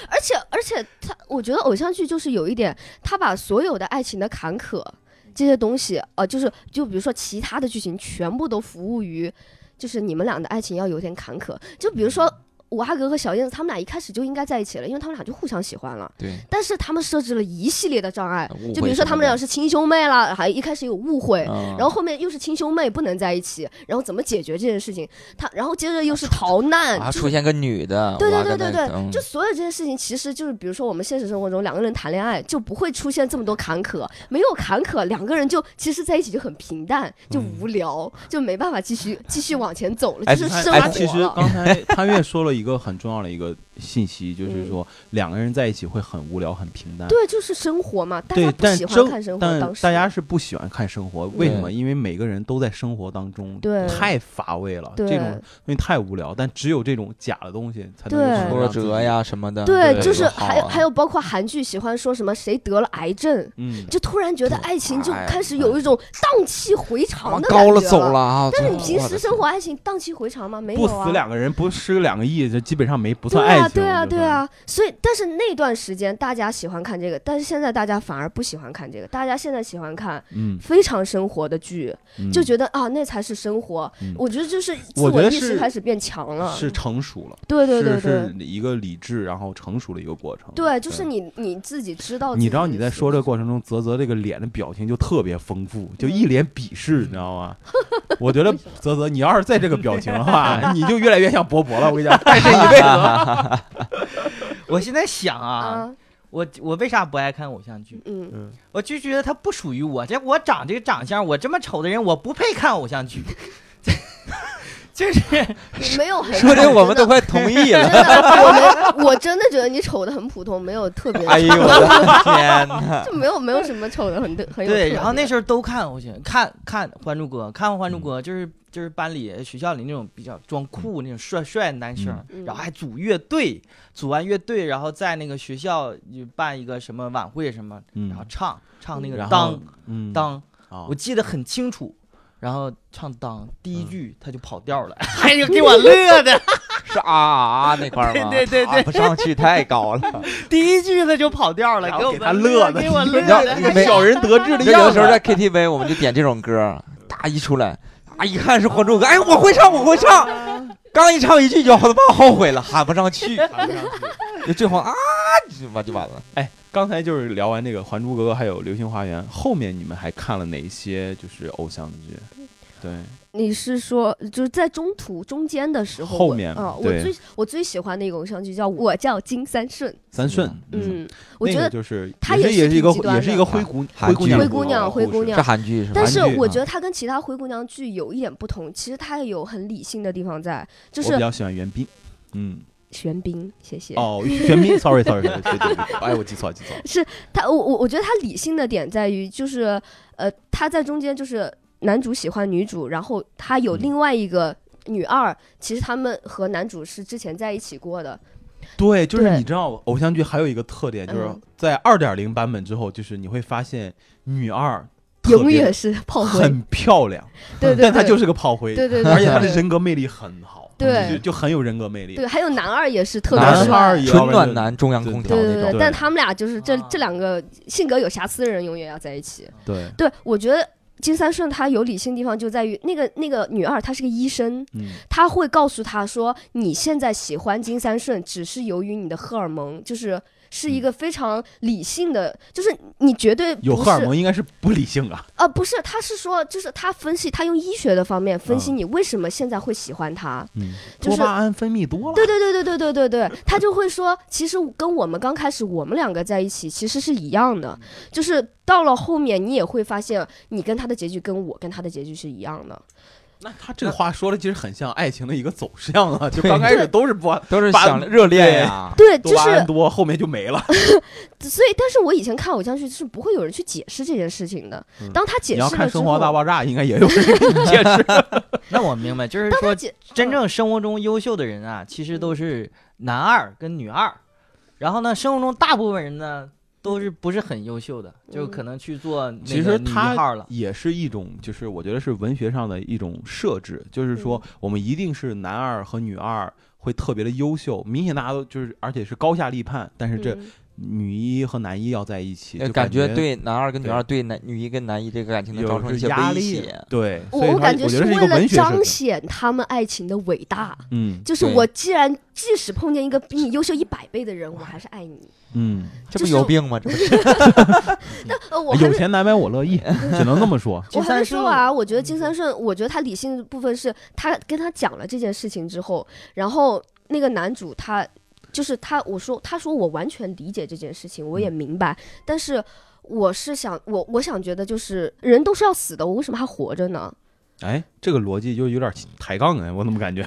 而且而且他，我觉得偶像剧就是有一点，他把所有的爱情的坎坷嗯这些东西，呃，就是就比如说其他的剧情全部都服务于，就是你们俩的爱情要有点坎坷。就比如说五阿哥和小燕子，他们俩一开始就应该在一起了，因为他们俩就互相喜欢了。对，但是他们设置了一系列的障碍，误就会比如说什么他们俩的是亲兄妹啦，还一开始有误会。嗯然后后面又是亲兄妹不能在一起，然后怎么解决这件事情？他然后接着又是逃难，啊，就出现个女啊的，对我对跟对对她嗯对，就所有这些事情，其实就是比如说我们现实生活中两个人谈恋爱就不会出现这么多坎坷，没有坎坷，两个人就其实在一起就很平淡，就无聊，就没办法继续继续往前走了，哎就是嗯哎生哎活其实了。 刚才潘越说了一个很重要的一个信息，就是说两个人在一起会很无聊、很平淡。嗯对，就是生活嘛，大对家不但喜欢生看生活，但当时大家是不喜欢看生活，为什对么？因为每个人都在生活当中，对太乏味了，这对种东西太无聊。但只有这种假的东西才能对让挫自己折，嗯呀什么的，对，嗯对就是多好还有啊还有包括韩剧喜欢说什么谁得了癌症。嗯，就突然觉得对爱情就哎呀开始有一种荡气回肠往的感觉高了走了啊！但是你我平的时天生活爱情荡气回肠吗？没有不啊。死两个人，不失两个亿，这基本上没不对算爱啊，情。对啊，就对算，啊。所以，但是那段时间大家喜欢看这个，但是现在大家反而不喜欢看这个，大家现在喜欢看嗯，非常生活的剧，嗯就觉得啊，那才是生活。嗯我觉得就是自我觉我得意识是开始变强了。是成熟了，对对对对是是一个理智然后成熟的一个过程。对，就是你你自己知道自己你的喜知好。道你在说这个过程中，泽泽这个脸的表情就特别丰富，就一脸鄙视，你知道 吗？我觉得嗯为什么泽泽，你要是再这个表情的 话，你就越来越像博博了。我跟你讲，哎带这 一辈子。 我现在想啊，啊，我我为啥不爱看偶像剧？ 嗯，嗯，我就觉得它不属于我。这我长这个长相，我这么丑的人，我不配看偶像剧。就是你没有很 说的的我们都快同意真了。的，我们我真的觉得你丑的很普通，没有特 别，哎呦我的 天哪！就没有没有什么丑的很特很有特对，点然后那时候都看偶像，看看《还珠格格》，看完《还珠格格》就是就是班里学校里那种比较装酷那种帅帅的男生，嗯然后还组乐队，组完乐队，然后在那个学校就办一个什么晚会什么，嗯然后唱唱那个然后当嗯，哎当，啊我，记得很清楚。然后唱当第嗯一句他就跑 调了，哎呀给我乐的，是啊啊啊那块儿吗？对对对对爬不上去太高了。第一句他就跑调了，然给后我给们他乐的给我乐 你知道的，你没小人得志的这有样的时候子。在 KTV 我们就点这种歌，大一出来，啊一看是《还珠格格》，哎我会唱我会唱，刚一唱一句就他妈后悔了，喊不上去，就最后啊就完就完了。哎，刚才就是聊完这个《还珠格格》还有《流星花园》，后面你们还看了哪些就是偶像剧？对，你是说就是在中途中间的时候，后我面啊，我对最我最喜欢的一个偶像剧叫《我叫金三顺》，三顺，嗯，嗯，我觉那个得就是她也也是是也一个挺极端也是一个的灰姑韩姑剧娘灰姑娘灰姑故事娘这韩剧是吧但？是韩剧我啊觉得它跟其他灰姑娘剧有一点不同，其实它也有很理性的地方在，就我比是较喜欢袁彬，嗯，玄彬，谢谢。哦，玄彬，sorry sorry，对 对对，对哎，我记错了记错了，他我我我觉得他理性的点在于，就是呃，他在中间就是男主喜欢女主，然后他有嗯另外一个女二，其实他们和男主是之前在一起过的，对，就是 对你知道，偶像剧还有一个特点，就是嗯在二点零版本之后，就是你会发现女二特永别远是 炮灰，很漂亮，对对对， 但她就是个炮灰，对对 对，而且她的对人格魅力很好，嗯 对就就很有人格魅力对，。还有男二也是特别男帅二也纯暖男中央空调对对那对种对，但他们俩就是这啊这两个性格有瑕疵的人永远要在一起。对，对，我觉得金三顺他有理性的地方就在于那个那个女二她是个医生，嗯，他会告诉他说，你现在喜欢金三顺，只是由于你的荷尔蒙，就是是一个非常理性的，就是你绝对有不荷尔是蒙应该是不理性啊，呃，不是，他是说，就是他分析，他用医学的方面分析嗯你为什么现在会喜欢他，嗯，就多是巴胺分泌多了，对对对对对对对对，他就会说，其实跟我们刚开始我们两个在一起其实是一样的，就是到了后面你也会发现，你跟他的结局跟我跟他的结局是一样的，那他这个话说的其实很像爱情的一个走向啊，就刚开始对都是不都是想热恋呀。对，多就巴是胺多，后面就没了。所以，但是我以前看偶像剧是不会有人去解释这件事情的嗯。当他解你释要了看《之生活大后，爆炸》，应该也有人给你解释。那我明白，就是当他说解真正生活中优秀的人嗯啊，其实都是男二跟女二。然后呢，生活中大部分人呢都是不是很优秀的，嗯就可能去做那其个实女一他号啊了。也是一种，就是我觉得是文学上的一种设置，就是说嗯我们一定是男二和女二会特别的优秀，明显大家都就是，而且是高下立判，但是这嗯女一和男一要在一起，呃就感觉觉对男二跟女对二对男女一跟男一这个感情能造有成一是些压威力啊胁，，对，所以我它感我觉觉得一为个文了学设彰置，显他们爱情的伟大，嗯就是对我既然即使碰见一个比你优秀一百倍的人，我还是爱你。嗯，这就不是有病吗？这不是呃，我还有是钱难买我 乐意，只能那么说。我金还没三说顺完啊，我觉得金三顺，我觉得他理性的部分是他跟他讲了这件事情之后，然后那个男主他就是他，我说他说我完全理解这件事情，我也明白，但是我是想我我想觉得就是人都是要死的，我为什么还活着呢？哎，这个啊 逻辑就有点抬杠哎，我怎么感觉？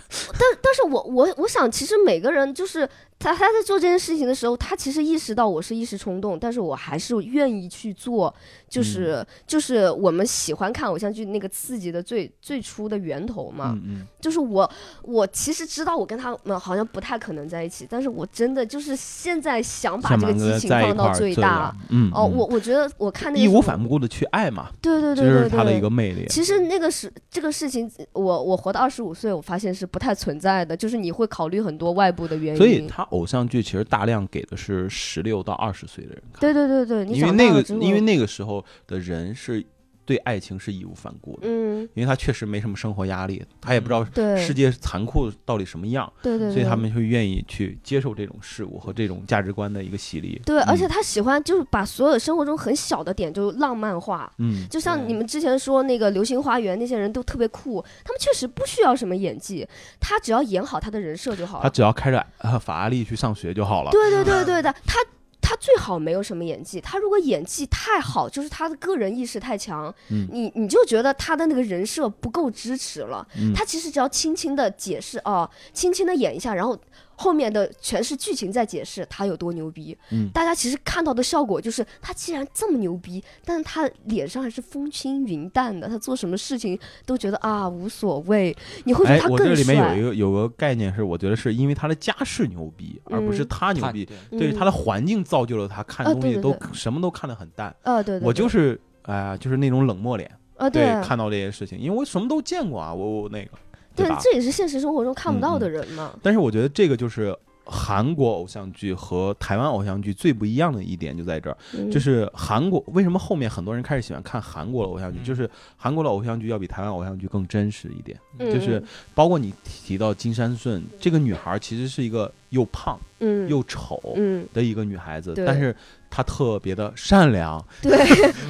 但是我我我想，其实每个人就是他他在做这件事情的时候，他其实意识到我是一时冲动，但是我还是愿意去做，就是、就是我们喜欢看偶像剧那个刺激的最最初的源头嘛。嗯嗯，就是我我其实知道我跟他们好像不太可能在一起，但是我真的就是现在想把想这个嗯把激它情在一放块到儿最最大。嗯哦，嗯我我觉得我看那个义时无候反顾的去爱嘛，对对这对就对是对，他的一个魅力。啊其实那个是这个事情，我我活到二十五岁，我发现是不太存在的，就是你会考虑很多外部的原因。所以他偶像剧其实大量给的是十六到二十岁的人看，对对对对，你因为长那大个了之后因为那个时候的人是对爱情是义无反顾的，嗯，因为他确实没什么生活压力，他也不知道对，嗯世界残酷到底什么样，对对对，所以他们会愿意去接受这种事物和这种价值观的一个洗礼。对，而嗯且他喜欢就是把所有生活中很小的点就浪漫化。嗯，就像对你们之前说那个《流星花园》，那些人都特别酷，他们确实不需要什么演技，他只要演好他的人设就好他了。只要开着呃法拉利去上学就好了。对对对对的，他他最好没有什么演技，他如果演技太好，就是他的个人意识太强，嗯你你就觉得他的那个人设不够支持了。嗯他其实只要轻轻的解释哦，轻轻的演一下，然后后面的全是剧情在解释他有多牛逼。嗯大家其实看到的效果就是他既然这么牛逼，但是他脸上还是风轻云淡的，他做什么事情都觉得啊无所谓。你会觉哎得他，我更这里帅。面有一个有个概念是，我觉得是因为他的家世牛逼，而不是嗯他牛逼。对对嗯他的环境造就了他看啊东对西对都对什么都看得很淡。啊，对对对，我就是哎呀、就是那种冷漠脸，啊，对对，看到这些事情，因为我什么都见过啊，我我那个，对吧，？这也是现实生活中看不嗯到嗯的人嘛。但是我觉得这个就是韩国偶像剧和台湾偶像剧最不一样的一点就在这儿，嗯就是韩国为什么后面很多人开始喜欢看韩国的偶像剧，嗯就是韩国的偶像剧要比台湾偶像剧更真实一点。就是嗯包括你提到金山顺这个女孩，其实是一个又胖嗯又丑嗯，的一个女孩子，对但是她特别的善良， 对，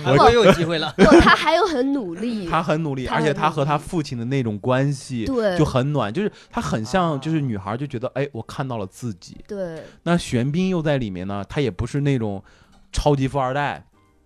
韩国又有机会了。不，他还有很努力，她很努力，她而且很她和努力她父亲的那种关系。对就很暖，就是她很像，啊就是女孩就觉得，哎，我看到了自己。对那玄彬又在里面呢，他也不是那种超级富二代，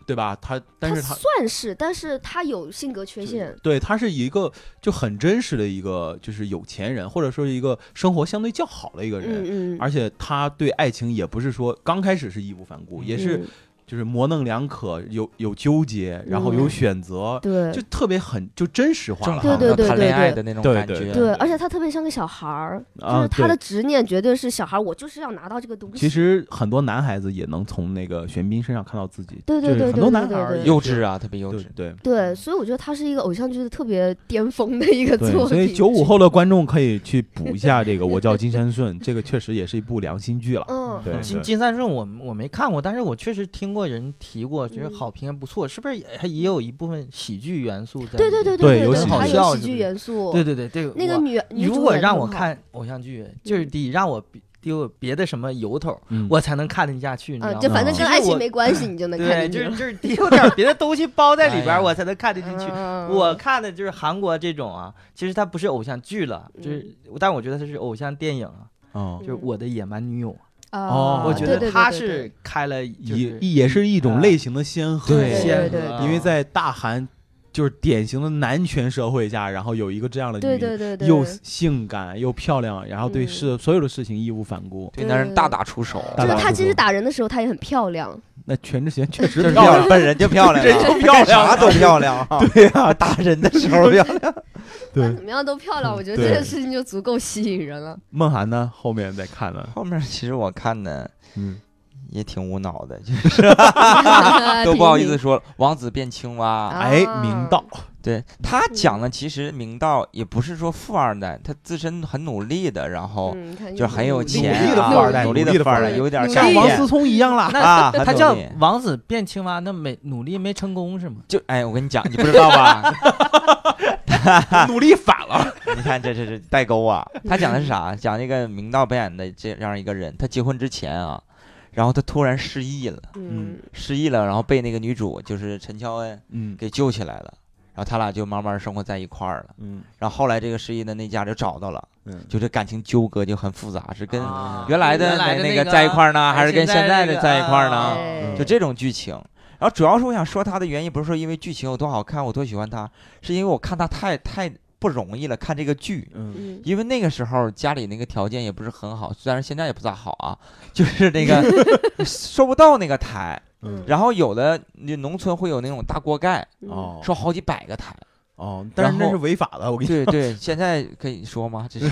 对吧？他，但是他算是，但是他有性格缺陷。对，他是一个就很真实的一个，就是有钱人，或者说一个生活相对较好的一个人。嗯嗯，而且他对爱情也不是说刚开始是义无反顾，也是嗯就是模棱两可，有有纠结，然后有嗯选择，对就特别很就真实化正了。好对对对谈恋对爱对的那种对感对觉。对，而且他特别像个小孩儿，就啊是他的对执念绝对是小孩儿，我就是要拿到这个东西。其实很多男孩子也能从那个玄彬身上看到自己，对对就是对很对多对男对孩儿对有幼稚啊，特别幼对稚。对。对，所以我觉得他是一个偶像剧的特别巅峰的一个对，作品。所以九五后的观众可以去补一下这个《我叫金山顺》，这个确实也是一部良心剧了。嗯， 对金对金三顺我我没看过，但是我确实听过人提过，觉得嗯好评还不错，是不是也还也有一部分喜剧元素在里对对面？对对对有对，喜还剧有喜是剧不是元素。对对对对，那个我女女主如果演让很我好看偶像剧，就是第一让我比丢别的什么由头，嗯，我才能看得下去，你知道啊，吗？就反正其跟实爱情我没关系，你就能对，看就进是去。就是得有点别的东西包在里边 哎儿，呀我才能看得进去。嗯我看的就是韩国这种啊，其实它不是偶像剧了，就是，但我觉得它是偶像电影啊，嗯，就是嗯我的野蛮女友，哦啊，我觉对得对它对对对是开了就也是也是一种哎类型的先河，对对先河对啊，因为在大韩就是典型的男权社会下，然后有一个这样的对女对人，对对，又性感又漂亮，然后对嗯事所有的事情义无反顾。对男人大打出手，啊大就是打她出其实手打人的时候，她也很漂亮。那全智贤确 实真漂漂亮，亮，本人就漂亮，啊人就漂亮啊干啥都漂亮。 对呀，打人的时候漂亮。 不对管，怎么样都漂亮，嗯我觉得这对件事情就足够吸引人了。梦涵呢，后面再看呢，后面其实我看呢嗯，也挺无脑的，就是都不好意思说了。王子变青蛙，啊嗯哎，明道，对他讲的其实明道也不是说富二代，他自身很努力的，然后嗯，看就很有钱努力的啊富二代努努力的的富二代，富二代有点努力像像王哎思聪一样啦。 啊，他很努叫力王子变青蛙，那没努力没成功是吗？就哎，我跟你讲，你不知道吧？ 努力反了，你看这这这代沟啊！他讲的是啥？讲那个明道扮演的这样一个人，他结婚之前啊，然后他突然失忆了，嗯失忆了，然后被那个女主就是陈乔恩嗯给救起来了，然后他俩就慢慢生活在一块儿了。嗯然后后来这个失忆的那家就找到了，嗯，就这感情纠葛就很复杂，是跟啊原来的原来那的那那个个在一块儿呢，还是跟现在这的个在一块啊儿呢？哎就这种剧情。然后主要是我想说他的原因，不是说因为剧情有多好看，我多喜欢他，是因为我看他太太不容易了，看这个剧。嗯嗯，因为那个时候家里那个条件也不是很好，虽然现在也不咋好啊，就是那个 收不到那个台，嗯然后有的你农村会有那种大锅盖，嗯，哦收好几百个台。哦，但是那然是后违法 的，我跟你对对，现在可以说吗？这是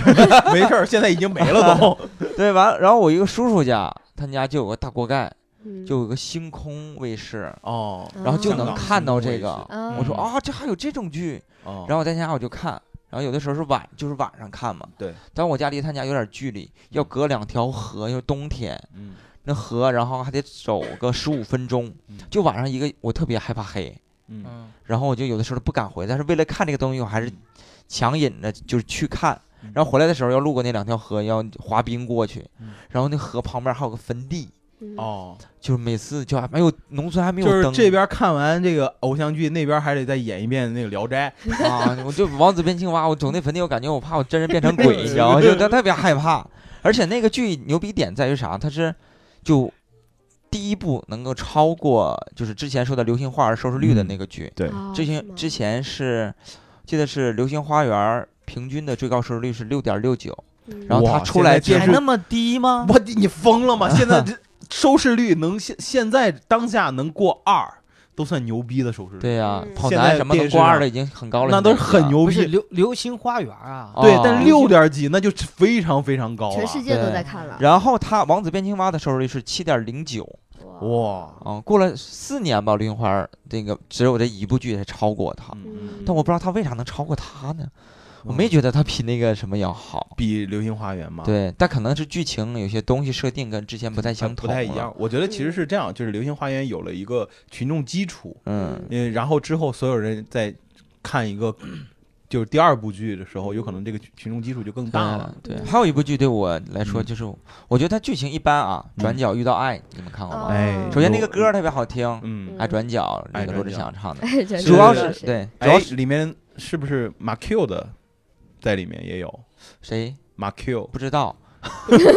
没事儿，现在已经没了 都。对完，然后我一个叔叔家，他们家就有个大锅盖，嗯就有个星空卫视，哦，然后就啊能看到这个。啊我说嗯啊，这还有这种剧，哦，然后我在家我就看，然后有的时候是晚，就是晚上看嘛。对，但我家离他家有点距离，要隔两条河，因为冬天嗯那河，然后还得走个十五分钟嗯，就晚上一个，我特别害怕黑，嗯嗯然后我就有的时候不敢回，但是为了看这个东西，我还是强忍着就是去看嗯。然后回来的时候要路过那两条河，要滑冰过去嗯，然后那河旁边还有个坟地，嗯哦，就是每次就还没有农村还没有就是灯，这边看完这个偶像剧，那边还得再演一遍那个《聊斋啊， 我就王子变青蛙，我走那坟地，我感觉我怕我真人变成鬼，你 知道吗？就他特别害怕。而且那个剧牛逼点在于啥？它是就第一部能够超过就是之前说的《流星花园》收视率嗯的那个剧。对哦之是前吗之前是记得是《流星花园》平均的最高收视率是六点六九，嗯然后他哇出来现在电还视那么低吗》。？我你疯了吗？现在 这收视率能现现在当下能过二，都算牛逼的收视率。对呀、嗯跑现在男什么能电视挂上二的已经很高了，那都是现在很。牛不是逼。流流星花园啊，哦对，但六点几那就非常非常高了全。世界都对在看了，然后他《王子变青蛙》的收视率是七点零九，哇，啊，过了四年吧，《流星花园》这个只有这一部剧才超过他，嗯，但我不知道他为啥能超过他呢？我没觉得他比那个什么要好，嗯比《流星花园》嘛，对，但可能是剧情有些东西设定跟之前不太还相不同，太一样。。我觉得嗯其实是这样，就是《流星花园》有了一个群众基础，嗯，嗯，然后之后所有人在看一个就是第二部剧的时候，有可能这个群众基础就更大了。对，对还有一部剧对我来说嗯就是，我觉得它剧情一般啊，嗯《转角遇到爱》你们看过哦吗？哎，首先那个歌儿，特别好听，嗯，爱转角》爱那个罗志转祥唱的，哎这主要这是对，主哎要是，里面是不是马 Q 的在里面也有谁马 Q？不知道？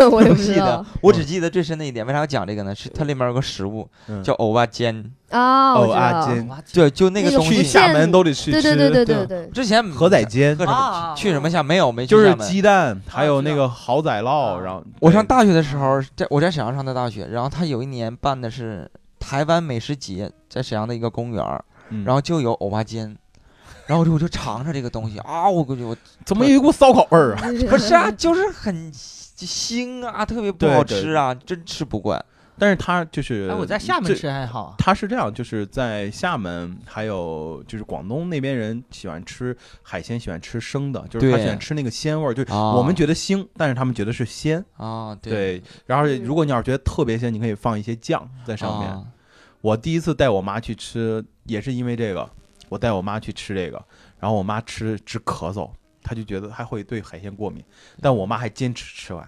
我也不记知得道，我只记得最深的一点，为啥要讲这个呢？是它里面有个食物嗯叫欧巴煎，啊，我哦知啊，道，金，哇对，就那个那个东去曲西。厦门都得去对吃，对对对对啊对对，之前河仔煎喝什么啊去什么下没有没去哦就是厦门鸡蛋，还有知那道个蚝仔烙，啊然后我对上大学的时候，在我在沈阳上的大学，然后他有一年办的是台湾美食节，在沈阳的一个公园儿，嗯然后就有欧巴煎，然后我就我就尝尝这个东西啊，我估 计我怎么有一股骚烤味儿啊？不是啊，就是很腥啊，特别不好对对吃啊，真吃不惯。但是它就是哎，我在厦门最吃还好啊，它是这样，就是在厦门，还有就是广东那边人喜欢吃海鲜，喜欢吃生的，就是他对喜欢吃那个鲜味儿，就是啊我们觉得腥，但是他们觉得是鲜。啊，对，然后如果你要是觉得特别鲜，你可以放一些酱在上面。啊我第一次带我妈去吃，也是因为这个，我带我妈去吃这个，然后我妈吃直咳嗽，她就觉得她会对海鲜过敏，但我妈还坚持吃完，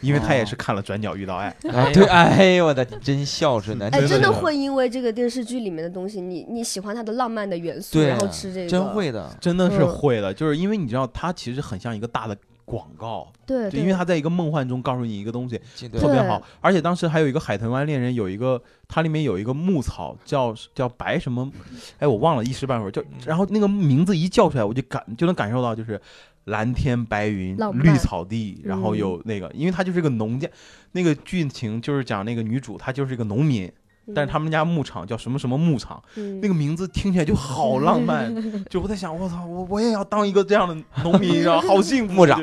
因为她啊也是看了《转角遇到爱》哎对，哎呦我的真孝 顺的，哎，真真的的是会因为这个电视剧里面的东西，你你喜欢它的浪漫的元素，对然后吃这个，真，会的，啊真的是嗯会的，就是因为你知道，它其实很像一个大的广告。呃对，就因为他在一个梦幻中告诉你一个东西记得特别对好，而且当时还有一个《海豚湾恋人》，有一个它里面有一个牧草叫叫白什么，哎我忘了，一时半会儿就，嗯然后那个名字一叫出来，我就感就能感受到就是蓝天白云、浪漫嗯绿草地，然后有那个，因为它就是个农家，那个剧情就是讲那个女主她就是一个农民，嗯但是他们家牧场叫什么什么牧场，那那个名字听起来就好浪 漫，就我在想我操我我也要当一个这样的农 民，然后好幸福牧长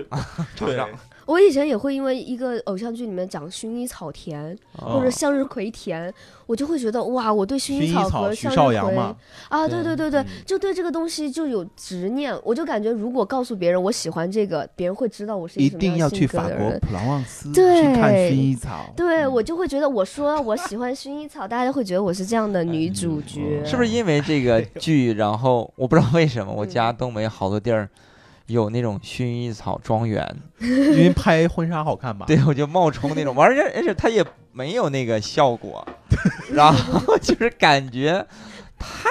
就 厂对。长我以前也会因为一个偶像剧里面讲薰衣草田或者嗯向日葵田，我就会觉得哇，我对薰薰衣草草和徐向绍日洋葵嘛啊，对对对对对嗯，就对这个东西就有执念，我就感觉如果告诉别人我喜欢这个，别人会知道我是一个什定么要样去性格法的国人。普罗旺斯对去看薰衣草。对，嗯我就会觉得我说我喜欢薰衣草，大家就会觉得我是这样的女主嗯角，是不是因为 这个剧？然后我不知道为什么，我家东北好多地儿有那种薰衣草庄园，因为拍婚纱好看吧？对我就冒充那种，玩意儿，而且它也 没有那个效果，然后就是感觉太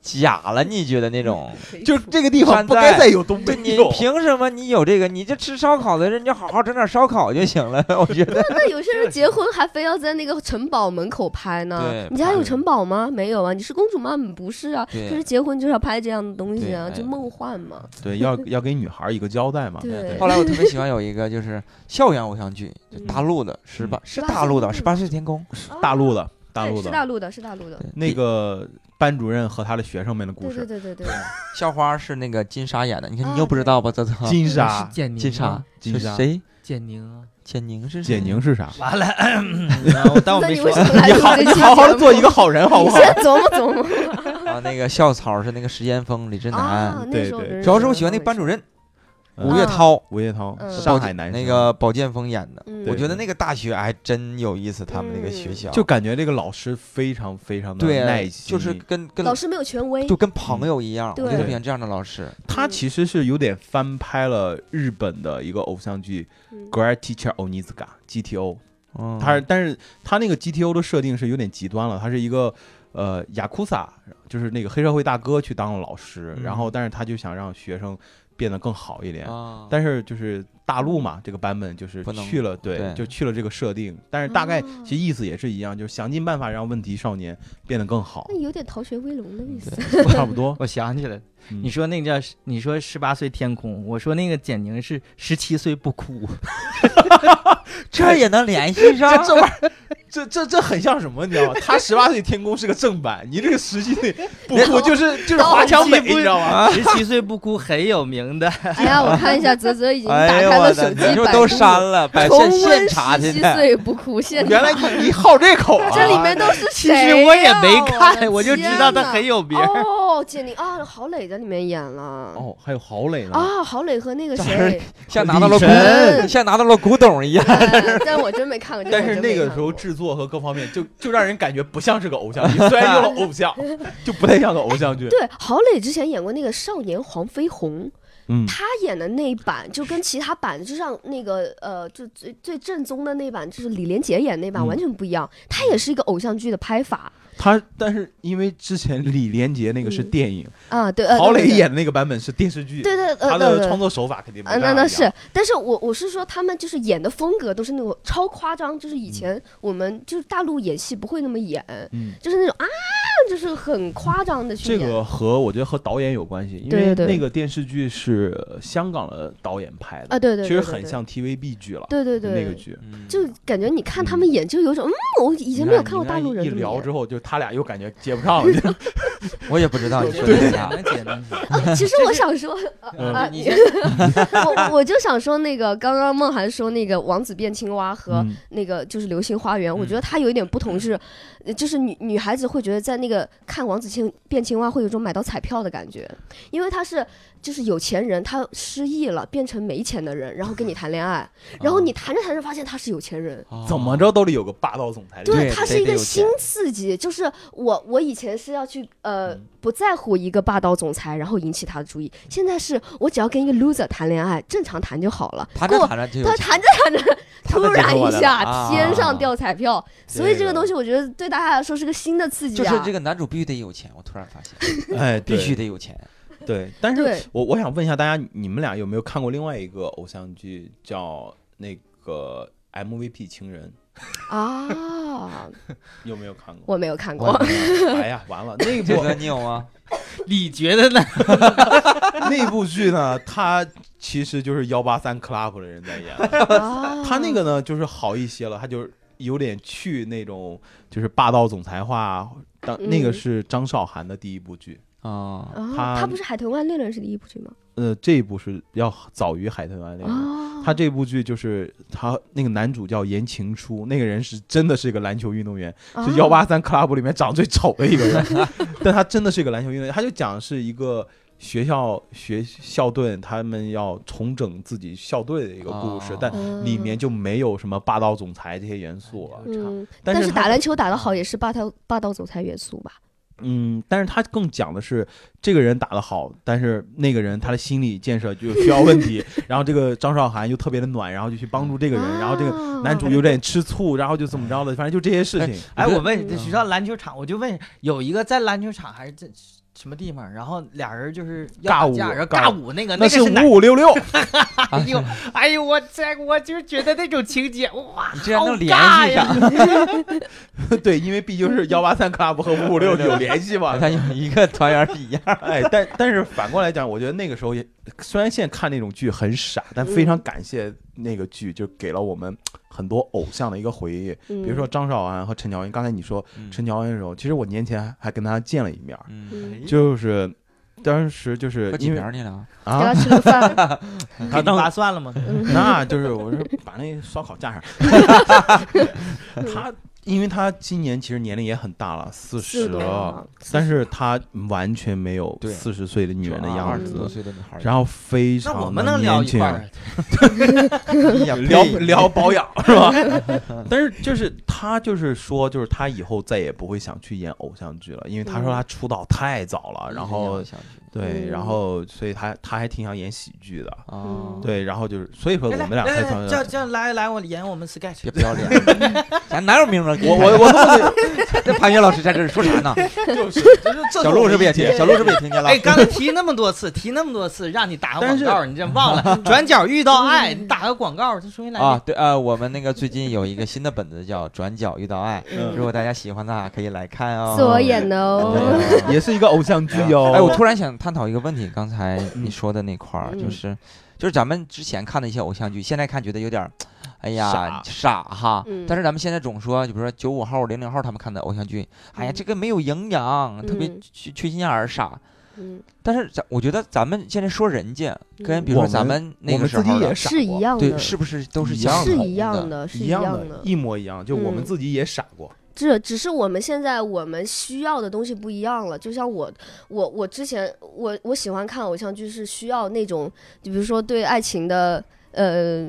假了，你觉得那种？就是这个地方不该再有东对北你肉。凭什么你有这个？你就吃烧烤的人，你就好好整点烧烤就行了。我觉得那有些人结婚还非要在那个城堡门口拍呢对？你家拍有城堡吗？没有啊。你是公主吗？嗯不是啊。对可是结婚就是要拍这样的东西啊，对就哎梦幻嘛。对，要要给女孩一个交代嘛。对 后来我特别喜欢有一个就是校园偶像剧，就嗯大陆的十八是18大陆的岁十八岁天空，大陆的，大对陆是的，大陆的，是大陆的。对那个班主任和他的学生们的 故对对事。对对对，校花是那个金莎演的，你看啊你又不知道吧？泽泽，金是莎，简宁， 金莎，金莎是谁？简宁啊，嗯简宁是谁简宁是啥？ 完了， 然后当我那没你说为，什么来你录好，这你期节目？好好做一个好人，好不你好？先琢 磨琢磨。啊，那个校草是那个石岩峰、李志啊南，，那对时候对人主要是我喜欢那班主任嗯吴越啊涛，吴叶涛，嗯上海男生那个保剑锋演的。嗯我觉得那个大学还真有意思，他们那个学嗯校就感觉这个老师非常非常的耐对，呃心，就是跟跟老师没有权威就，跟朋友一样，我就对特别喜欢这样的老师。他嗯其实是有点翻拍了日本的一个偶像剧嗯《Great Teacher Onizuka》GTO，嗯，他是，但是他那个 GTO 的设定是有点极端了，他是一个呃雅库萨，就是那个黑社会大哥去当了老师，嗯然后但是他就想让学生变得更好一点，啊，但是就是大陆嘛，这个版本就是不能去了，对，对就去了这个设定，但是大概哦其实意思也是一样，就是想尽办法让问题少年变得更好 那，有点逃学威龙的意思。差不 多。我想起来了，嗯你说那叫你说十八岁天空，我说那个简宁是十七岁不 哭，这也能联系上？这玩 意儿，这这这很像什么？你知 道吗？他十八岁天宫是个正版，你这个十七岁不哭就是就是华强北，你知道吗？十七岁不哭很有 名的，哎呀，我看 一下，泽泽已经打哎开呦我了手的，机你百是度不是都删了？百重现温现查十去七的。岁不哭，现在原来你你好这口啊！这里面都是其谁呀、实我也没的看，我就知道天他哪很有名。哦，简宁啊，郝蕾在里面演了。哦，还有郝蕾呢。啊，郝蕾和那个这谁， 像拿到了李晨古，像拿到了古 董一样。哎但我真没看过。这但我是真那没个看时候过制作和各方面就就让人感觉不像是个偶像剧，虽然用了偶 像，就不太像个偶像剧。对郝蕾之前演过那个《少年黄飞鸿》，嗯，她演的那一版就跟其他版，就像那个呃，就最最正宗的那版，就是李连杰演那版、嗯完全不一样。她也是一个偶像剧的拍法他但是因为之前李连杰那个是电影，啊，对，呃郝蕾，对演的那个版本是电视剧，对对对，他呃对的对创作手法肯定不啊，一那样。那是，但是我我是说，他们就是演的风格都是那种超夸张，就是以前我们就是大陆演戏不会那么演，嗯。就是那种啊，就是很夸张的去这演。个和我觉得和导演有关系，因对为对对那个电视剧是呃香港的导演拍的，啊，对对，其实对对很对像 TVB 剧了，对对对，那个剧。就感觉你看他们演，就有一种嗯，我以前你没有看看过你大陆人一这么聊演之后，就他俩又感觉接不上 了。我也不啊知道你说的对是啥。能解能解。啊 其实我想说，嗯啊，你我我就想说那个刚刚梦涵说那个王子变青蛙和嗯那个就是《流星花园》，我觉嗯得它有一点不同是，呃就是女女孩子会觉得在那个看王子青变青蛙会有一种买到彩票的感觉，因为他是就是有钱人，他失忆了变成没钱的人，然后跟你谈恋 爱，然啊后你谈着谈着发现他是有钱人。哦怎么？着都得有个霸道总裁。对它得是一得个有新钱刺激，就是我我以前是要去呃嗯不在乎一个霸道总裁，然后引起他的注意，现在是我只要跟一个 loser 谈恋爱，正常谈就好了。谈跟着我谈着就有他钱谈着谈 着，突们然结婚一了下啊天上掉彩票，所以这这个个东西我觉得对大家来说是个新的刺激就啊。是这个男主必须得有钱。我突然发现，哎，必对须得 有钱。对。但对是我我想问一下大家，你们俩有没有看过另外一个偶像剧叫那个 MVP 情人？啊，有没有看过？ 我没有看我过，啊哎呀，完了，那这部个你有吗？你觉得呢？那部剧呢，它其实就是幺八三 club 的人在演。他他那个呢，就是好一些了，他就是有点去那种就是霸道总裁化。啊当嗯那个是张韶涵的第一部剧，啊，啊，他他不是《海豚湾恋人》是第一部剧吗？呃，这一部是要早于《海豚湾恋人》啊，他这部剧就是他那个男主叫言情初，那个人是真的是一个篮球运动员，哦啊是幺八三 club 里面长最丑的一个人，但他真的是一个篮球运动员。他就讲是一个学校学校队他们要重整自己校队的一个故事，哦但啊里面就没有什么霸道总裁这些元素了。嗯，但但是是他打篮球打得好也是霸道霸道总裁元素吧？嗯，但是他更讲的是这个人打得好，但是那个人他的心理建设就需要问题。 然后这个张韶涵又特别的暖，然后就去帮助这个人，哦然后这个个男主有点吃醋，然后就怎么着的，反正就这些事情。哎，我我问学校篮球场，我就问有一个在篮球场还是在什么地方，然后俩人就是要尬打舞架，然后尬尬舞那个那个是哪五五六六，哎呦，哎呦，我这我就是觉得那种情节，哇，你竟然好能联尬系呀 上， 对，因为毕竟是幺八三 club 和五五六有联系嘛 好。像哦有一个团员是一样。哎，但但是反过来讲，我觉得那个时候也，虽然现在看那种剧很傻，但非常感谢那个剧，就给了我们很多偶像的一个回忆。比比如说，张韶涵和陈乔恩，刚才你说 陈乔恩的时候，其实我年前还跟她见了一面儿，嗯，嗯，就是当时就是喝几因为瓶你了？给啊他，吃 个饭，嗯他当划算了吗？ 那就是我说把那烧烤 架上，他因为他今年其实年龄也很大了，四十是了，的，哦但是他完全没有对四十岁的女人的二样十子多，岁的女孩儿，然后非那我常们的能聊年一轻块，儿，后聊聊保 养是吧？但是就是他就是说，就是他以后再也不会想去演偶像剧了，因为他说他出道太早嗯了，然后对，嗯然后所以他他还挺想演喜剧的，啊，对，然后就是所以说我来们俩嗯哎才来来从叫叫来来，我演我们 sketch 别。不要脸，咱哪有名额？我我我都得 这潘越老师在这儿说 啥呢？就是小鹿是不是也听？小鹿是不是也听见了？哎，刚才提那么多次，提那么多次，让你打个但广是嗯告，你这 忘了？转角遇到爱，你打个广告，这说明来啊，对啊，我们那个最近有一个新的本子叫《转角遇到爱》，嗯如果大家喜欢的话，可以来看哦。自我演的哦，对也是一个偶像剧哟。哎，我突然想探讨一个问题，刚才你说的那块儿，嗯就是就是咱们之前看的一些偶像剧，现在看觉得有点儿，哎呀傻傻哈。嗯但是咱们现在总说，就比如说九五后、零零后他们看的偶像剧，哎呀，嗯这个没有营养，特别嗯缺缺心眼儿傻。嗯，但是咱我觉得咱们现在说人家，跟比如我说们咱们那我个们时自己候的也傻过是一样对，的，是不是都是一相样的是同一样的？的，是一样样的，一模一样，就我们嗯自己也傻 过。这只是我们现在我们需要的东西不一样了。就像我，我，我之前我我喜欢看偶像剧是需要那种，就比如说对爱情的，呃，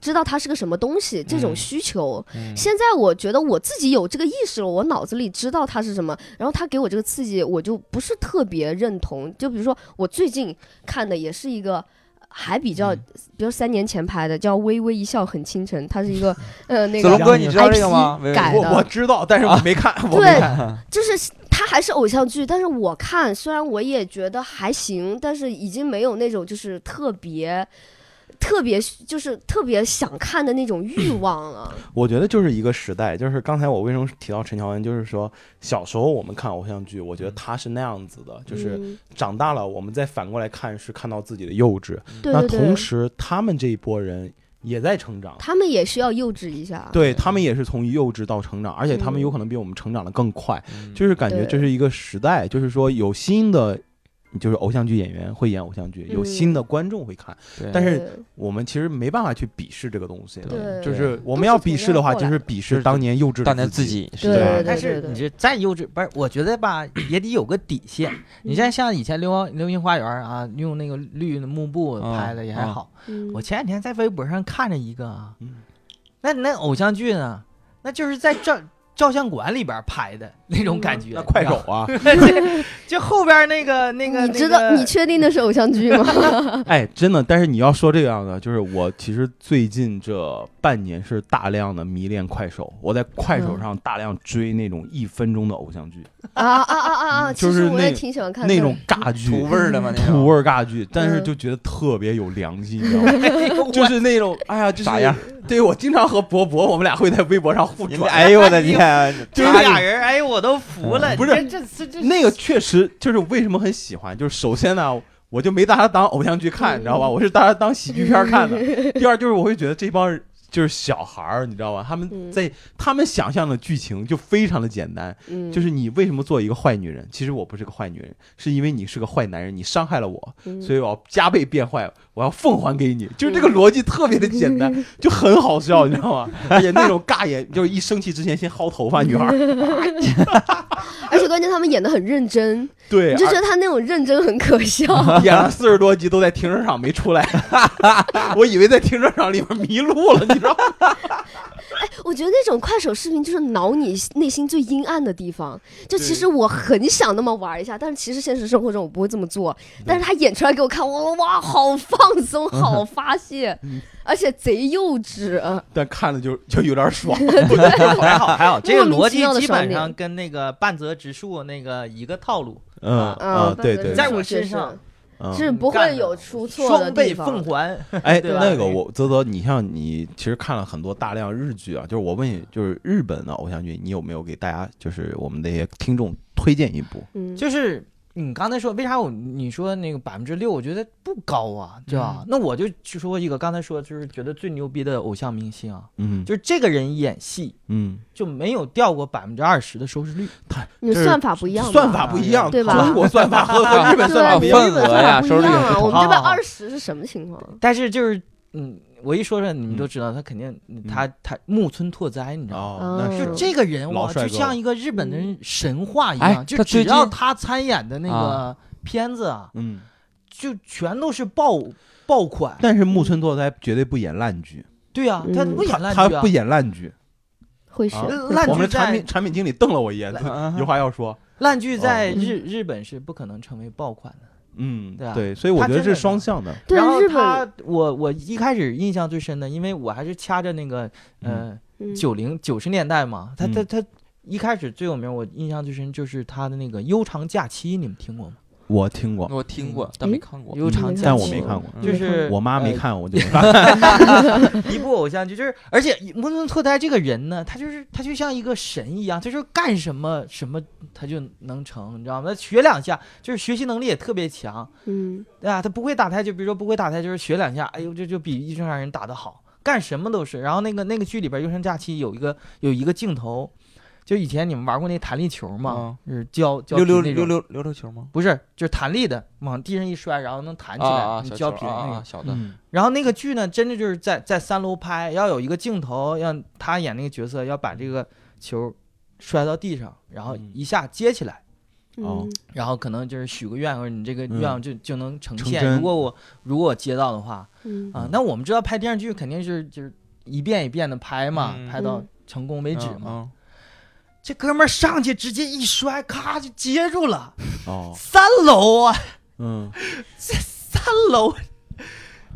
知道它是个什么东西这种嗯需求。嗯现在我觉得我自己有这个意识了，我脑子里知道它是什么，然后它给我这个刺激，我就不是特别认同。就比如说我最近看的也是一个。还比嗯较，比如三年前拍的叫《微微一笑很倾城》，它是一 个，呃，那子个龙哥，你知道这个吗？ IP 薇薇改的我我知道，但是我没 看，我没嗯对看。 就是它还是偶像剧，但是我看虽然我也觉得还行，但是已经没有那种就是特别。特别就是特别想看的那种欲嗯望了，我觉得就是一个时代，就是刚才我为什么提到陈乔恩，就是说小时候我们看偶像剧，我觉得他是那样子的，就是嗯长大了我们再反过来看，是看到自己的幼稚。对那对对，同时，他们这一波人也在成长，他们也需要幼稚一下，对他们也是从幼稚到成长，而且他们嗯有可能比我们成长的更快。嗯就是感觉对这是一个时代，就是说有新的，就是偶像剧演员会演偶像剧，有嗯新的观众会看。对但是对我们其实没办法去鄙视这个东西的，对就是我们要鄙视的话，都就是从这儿过来的是鄙视当年幼稚当的年自。己是对对吧对但是对你这再幼稚，不是？我觉得吧，也得有个底线。嗯你像像以前《流浪流星花园》啊，用那个绿的幕布拍的也还好。嗯我前两天在微博上看着一个啊嗯，那那偶像剧呢，那就是在照照相馆里边拍的那种感觉。那快手啊， 对，就后边那个那个，你知道、那个你确定那是偶像剧吗？ 嗯 哎，真的，但是你要说这样的，就是我其实最近这半年是大量的迷恋快手，我在快嗯手上大量追那种一分钟的偶像剧，啊啊啊啊啊！嗯其就是实我也那挺喜欢看那种尬土剧，味儿的嘛，那种土味儿尬剧，但是嗯就觉得特别有良心，你知道吗？ 就我是那种，哎呀，就是咋样？对我经常和博博，我们俩会在微博上互你转。哎呦我的天，这他俩人，哎，我都服嗯了。不是哎这这这这那个确实就是为什么很喜欢，就是首先呢，我就没拿它当偶像剧看，你知道吧？我是拿它当喜剧片儿看的。第二就是我会觉得这帮人就是小孩儿，你知道吧？他们嗯在他们想象的剧情就非常的简单，嗯，就是你为什么做一个坏女人？其实我不是个坏女人，是因为你是个坏男人，你伤害了我，所以以我要加倍变坏，我要奉还给你。就是这嗯个逻辑特别的简单， 就很好笑，你知道吗？而且那种尬演，就是一生气之前先薅头发，女孩嗯儿而且关键他们演的很认真，对，啊你就觉得他那种认真很可 笑。演了四十多集都在停车场没出来， 我以为在停车场里面迷路了，你知道吗？我觉得那种快手视频就是挠你内心最阴暗的地方。就对其实我很想那么玩一下，但是其实现实生活中我不会这么做。但是他演出来给我看，我哇，好放松，好发泄，而且贼幼稚。 嗯但看了就就有点 爽。 还好还好，这个莫名逻其妙辑地基爽本点上跟那个半泽直树那个一个套路。嗯啊，对对，对在我是身上嗯嗯是不会有出错的双地倍方。奉还，哎，对吧那个我泽泽，你像你其实看了很多大量日剧啊，就是我问你，就是日本的偶像剧，你有没有给大家，就是我们那些听众推荐一部？嗯，就是你刚才说，为啥我你说那个百分之六，我觉得不高啊，对吧？那我就去说一个，刚才说就是觉得最牛逼的偶像明星啊，嗯就是这个人演戏嗯，就没有掉过百分之二十的收视率，你们就是算法不一样吧，算 法不一样，对吧啊中国算法和和日本对算法不一样。你们日本份额呀算法不一样收视率啊，不我们这边同二十是什么情况？但是就是嗯，我一说出来你们都知道，他肯定他他木村拓哉，你知道吗？哦，那嗯是就这个人老哇，帅就哥像一个日本的人神话一哎样，就他最只要近他参演的那个啊片子啊，嗯，就全都是爆爆款。但是木村拓哉绝对不演烂剧，对啊，他嗯不演他烂他剧啊不，演烂剧。会是啊烂我们剧的产在品产品经理瞪了我一眼，啊 有话要说。烂剧在哦嗯日日本是不可能成为爆款的。嗯，对啊对，所以我他觉得真的是是双向的。对然后日本他，我我一开始印象最深的，因为我还是掐着那个呃嗯九零九十年代嘛，他他嗯他一开始最有名，我印象最深就是他的那个《悠长假期》，你们听过吗？我听过，我听过，但嗯没看过。悠长嗯假期，但我没看过，嗯就是我妈没呃看，我就没看。一部偶像剧，就是而且木村拓哉这个人呢，他就是他就像一个神一样，他就是干什么什么他就能成，你知道吗？他学两下，就是学习能力也特别强，嗯对啊吧？他不会打太极，比如说不会打太极，就是学两下，哎呦，这就比一正常人打得好，干什么都是。然后那个那个剧里边《优胜假期》有一个有一个镜头，就以前你们玩过那弹力球吗？就是胶胶皮嗯溜溜那溜种，溜溜溜球吗？不是，就是弹力的，往地上一摔，然后能弹起啊来，啊，你小胶球皮的啊那个。啊，小的。嗯然后那个剧呢，真的就是在在三楼拍，要有一个镜头，让他演那个角色要把这个球摔到地上，然后嗯一下接起来，哦嗯然后可能就是许个愿，或者你这个愿望就、就能嗯成成现。真如果我如果我接到的话嗯啊，那我们知道拍电视剧肯定是就是一遍一遍的拍嘛，嗯拍到成功为止嗯嘛。这哥们儿上去直接一摔，咔就接住了， 哦，三楼啊，嗯，三楼。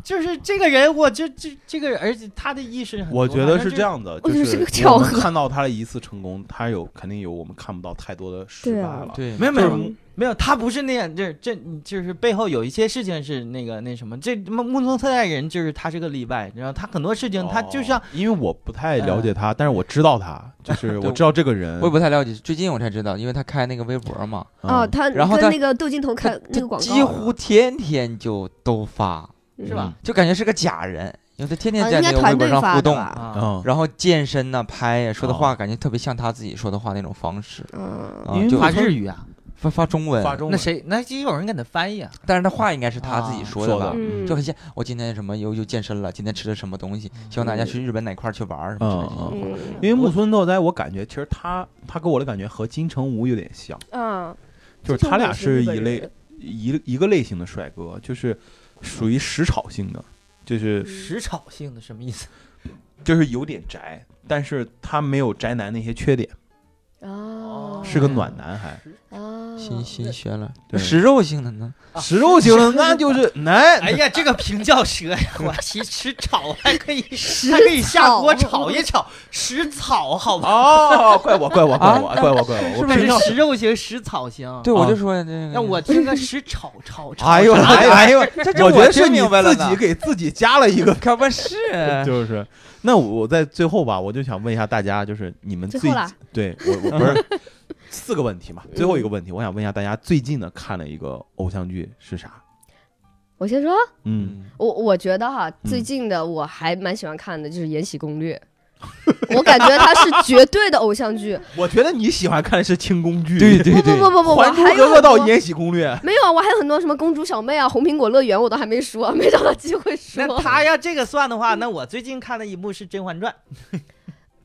就是这个人，我这这这个人，而且他的意识很多，我觉得反正是就这样的，我就觉得是是个巧我们合看到他的一次成功，他有肯定有我们看不到太多的失败对啊了。对，没有没就有没有，他不是那样，就是这就是背后有一些事情是那个那什么，这木木村拓哉人就是他是个例外，然后他很多事情他就像嗯哦，因为我不太了解他，但是我知道他， 就是我知道这个人我也。不太了解，最近我才知道，因为他开那个微博嘛，哦，嗯他然后跟他那个窦靖童他看那个广告啊几乎天天就都发，嗯哦是吧？就感觉是个假人，因为他天天啊在应那该个微团博队上发互的动，啊吧？嗯，然后健身呐、拍呀、说的哦话感觉特别像他自己说的话那种方式，嗯，啊因为就我发看日语啊，发发中文，发中那文谁那就有人给他翻译啊，但是他话应该是他自己啊说说吧的，嗯就很像我今天什么又又健身了，今天吃了什么东西，希望大家去日本哪块儿去玩儿什么之类的。嗯嗯因为木村拓哉，我感觉其实他他给我的感觉和金城武有点像，啊，就是他俩是一类一一个类型的帅哥，就是属于食草性的，嗯就是食草性的什么意思？就是有点宅，但是他没有宅男那些缺点，啊，是个暖男还。嗯啊，心心虚了，对食肉性的呢？啊食肉型的那就是男， 哎呀，这个平叫蛇 呀！我其实炒还可以，食还可以下锅草炒一炒，食草好吧？哦，怪我，怪我，怪我，怪我，怪我！我平但啊是常食肉型、食草型，对，啊我就说这个。那我听个食炒炒炒，哎呦，哎呦，哎呦，我觉得是听你明白了自呢哎己给自己加了一 个，可不是， 就是。那我在最后吧，我就想问一下大家，就是你们最最后啦对我我不是四个问题嘛，最后一个问题，我想问一下大家最近的看了一个偶像剧是啥？我先说，嗯，我我觉得哈，最嗯近的我还蛮喜欢看的，就是《延禧攻略》， 我感觉它是绝对的偶像剧。我觉得你喜欢看的是清宫剧，对对不不不不不，我还珠还有格格》很到多《延禧攻略》，没有啊，我还有很多什么公主小妹啊、红苹果乐园，我都还没说，没找到机会说。那他要这个算的话，那我最近看的一部是《甄 嬛传》。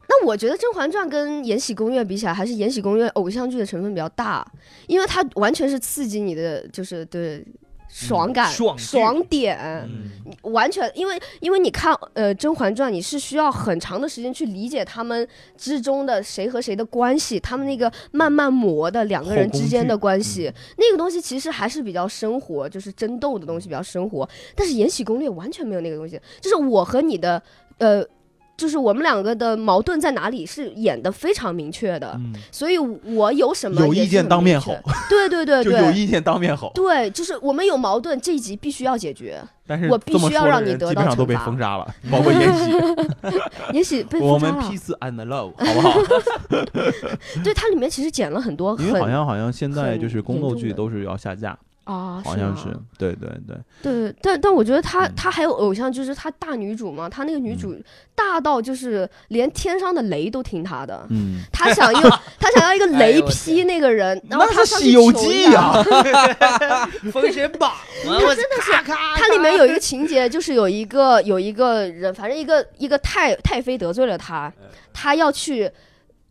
那我觉得《甄嬛传》跟《延禧攻略》比起来，还是《延禧攻略》偶像剧的成分比较大，因为它完全是刺激你的，就是对爽感、嗯爽剧爽点。嗯你完全，因为因为你看，呃，《甄嬛传》，你是需要很长的时间去理解他们之中的谁和谁的关系，他们那个慢慢磨的两个人之间的关系，嗯那个东西其实还是比较生活，就是争斗的东西比较生活。但是《延禧攻略》完全没有那个东西，就是我和你的，呃。就是我们两个的矛盾在哪里是演的非常明确的，嗯，所以我有什么有也意是见很当明面确吼，对对对就有对。意见当面吼。对，就是我们有矛盾，这一集必须要解决。但是我必这么须要说的让你人得基到本上都惩被罚封杀 了，包括延禧。也许被我封杀们了。 peace and love 好不好？对，它里面其实剪了很多因为好很像好像现在很就是宫斗严重剧的都是要下架，啊，好像哦是吗对对对，对，但但我觉得她嗯她还有偶像，就是她大女主嘛，她那个女嗯主大到就是连天上的雷都听她的。嗯，她 想要，她想要一个哎雷呦我劈那个人，然后那她是上《去西游求记》饶啊呀，《封神榜》啊，我真的是，它它里面有一个情节，就是有一个有一个人，反正一个一个太太妃得罪了哎他，他要去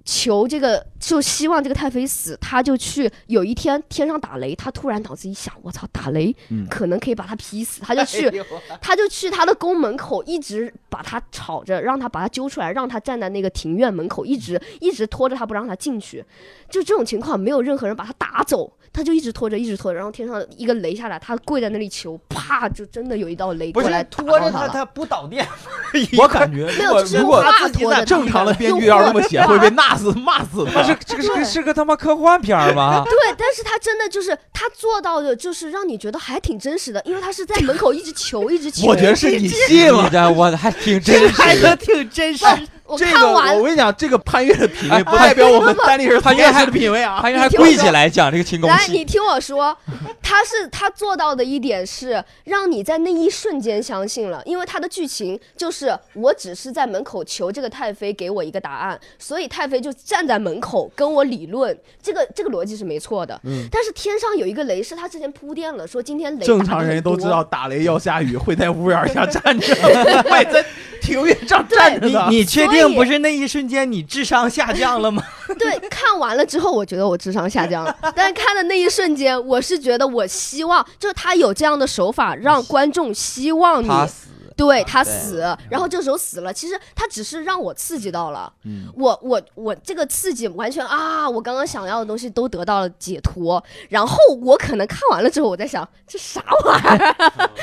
求这个，就希望这个太妃死，他就去有一天天上打雷，他突然脑子一想，我操，打雷嗯可能可以把他劈死，他就哎去。他就去他的宫门口，一直把他吵着，让他把他揪出来，让他站在那个庭院门口，一直一直拖着他不让他进去。就这种情况，没有任何人把他打走，他就一直拖着，一直拖着，然后天上一个雷下来，他跪在那里求，啪，就真的有一道雷不过是来打到拖着他他，了。他不导 电。我感觉没如有果就是如果他自己拖在着正常的编剧要是这么 写，会被骂死骂死不是的。这个是个是个他妈科幻片 儿吗？对，但是他真的就是他做到的，就是让你觉得还挺真实的，因为他是在门口一直求，一直求。我觉得是你你信了。的我还挺真拍实的的。挺真实，我这看个完我跟你讲，这个潘越的品味哎不代表我 们不不不丹立人潘潘越越是还的品味啊。他应该还跪起来讲这个清宫来，你戏，听我说，他是他做到的一点是让你在那一瞬间相信了，因为他的剧情就是我只是在门口求这个太妃给我一个答案，所以太妃就站在门口跟我理论，这个这个逻辑是没错的。嗯但是天上有一个雷是他之前铺垫了，说今天雷正打常得人很都多知道，打雷要下雨，会在屋檐下站着，不会在庭院上站着你的。你确所定以不是那一瞬间你智商下降了吗？ 对，看完了之后，我觉得我智商下降了。但是看的那一瞬间，我是觉得我希望，就是他有这样的手法， 让观众希望你他死。啊对他对死，然后这时候死了，其实他只是让我刺激到了，嗯我我我这个刺激完全啊，我刚刚想要的东西都得到了解脱，然后我可能看完了之后，我在想这啥玩意儿，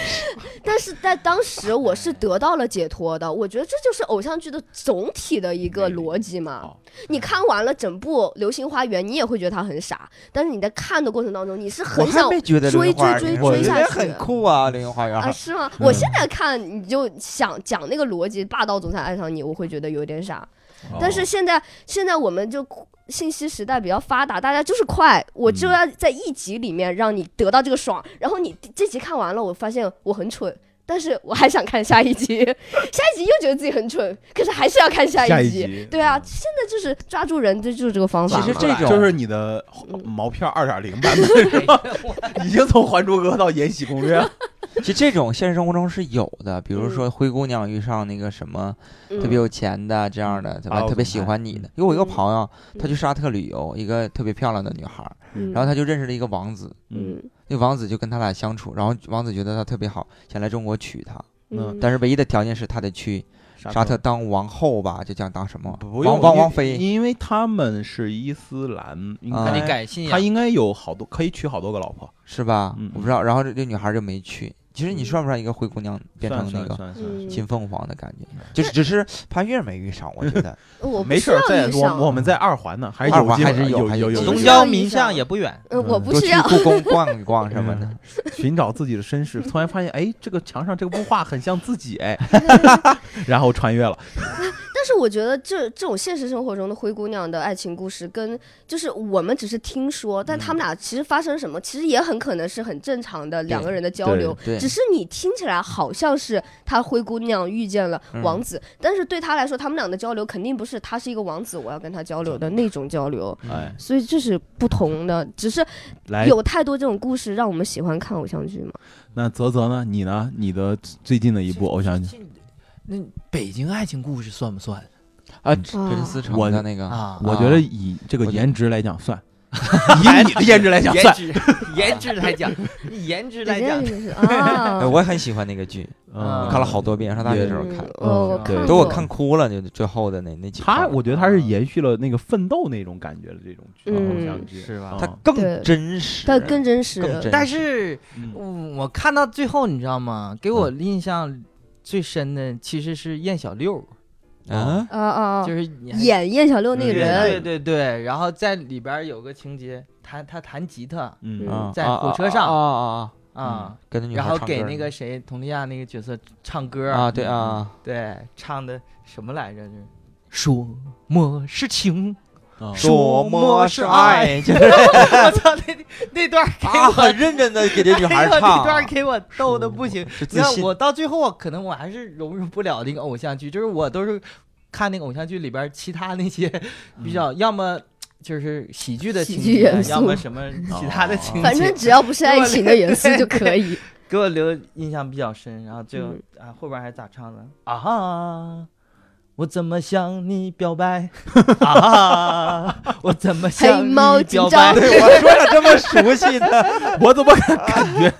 但是在当时我是得到了解脱的，我觉得这就是偶像剧的总体的一个魅力逻辑嘛好。你看完了整部《流星花园》，你也会觉得它很傻，但是你在看的过程当中，你是我很还想没觉得追流星花园追追呢我追觉下得去很酷啊，《嗯流星花园啊，》是吗？我现在看你就想讲那个逻辑，霸道总裁爱上你，我会觉得有点傻。哦但哦是现在现在我们就信息时代比较发达，大家就是快，我就嗯要在一集里面让你得到这个爽，然后你这集看完了，我发现我很蠢。但是我还想看下一集， 下一集又觉得自己很蠢，可是还是要看下下一集。集对啊，现在就是抓住人，这就是这个方法嘛。嗯其实这种就是你的毛片二点零版本 是吧， 啊已经从《还珠格格》到《延禧攻略》了。 其实这种现实生活中是有的，比如嗯说灰姑娘遇上那个什么嗯特别有钱的这样的，对霸吧？道特别总喜裁欢你嗯的。因为我一个嗯朋友，嗯他去沙特旅游，一个特别漂亮的女孩儿，嗯然后他就认识了一个王子，嗯那王子就跟他俩相处，然后王子觉得她特别好，想来中国娶她，嗯，但是唯一的条件是她得去沙特当王后吧，就讲当什么不王用王因王妃，因为他们是伊斯兰，应啊他该得改信他仰。应该有好多可以娶好多个老婆，是吧嗯？我不知道。然后这这女孩就没去。其实你算不算一个灰姑娘变算成那算嗯个算算。嗯金凤凰的感觉？就是只是潘越没遇上，我觉得嗯我不没需事儿要，在遇上我我们在二环呢，还是二有环机还会是的，有有还是有有东宗有教郊民巷也不远，呃，嗯我不嗯多需去要。故宫逛一逛什么的。寻找自己的身 世，突然发现，哎，这个墙上这个幅画很像自己，哎，然后穿越了。但是我觉得这这种现实生活中的灰姑娘的爱情故事跟，就是我们只是听说，但嗯他们俩其实发生什么，其实也很可能是很正常的两个人的交流。对只，是你听起来好像是她灰姑娘遇见了嗯王子，但是对她来说，他们俩的交流肯定不是她是一个王子，我要跟他交流的那种交流，嗯哎，所以这是不同的。只是哎来，有太多这种故事让我们喜欢看偶像剧嘛。那泽泽呢？你呢？你的最近的一部偶像剧，那北京爱情故事算不算啊，嗯这是思成我的那个，啊？我觉得以这个我觉得颜值来讲 算，以你的颜值来讲算。值，颜值来讲，颜 值来讲这， 件事啊哎，我也很喜欢那个剧，嗯我看了好多遍，上大学的时候嗯看，哦我对看都我过看哭了，就最后的那那几他，块儿我觉得他是延续了那个奋斗那种感觉的这种剧嗯偶像剧，是吧嗯他更对真实，但更真实，更真但是嗯嗯我看到最后，你知道吗？给我印象最深的其实是燕小六，啊，啊啊！就是你还演燕小六那个嗯对人，对对，然后在里边儿有个情节，弹他弹吉他嗯嗯啊在啊火啊车上啊啊啊，啊，跟那女孩然后唱给歌那呢个谁佟丽娅那个角色唱歌啊，对啊，对，唱的什么来着？就是说莫是情，啊说哦莫莫是 嗯是爱爱，就是我操，那那段儿给他我 很认真的给这女哎孩呦那唱啊段儿，给我逗的不行。是你自看信我到最后，我可能我还是融入不了那个偶像剧，就是我都是看那个偶像剧里边儿其他那些比嗯较，嗯要么就是喜剧的喜情剧节元，要素么什么其他的哦情节，反正只要不是爱情的元素就可 以。给我留印象比较深。然后最后嗯啊，后边还咋唱的啊哈？我怎么向你表白 啊哈？我怎么黑向你猫表警长白？对，我说的这么熟悉呢， 我怎么感感 觉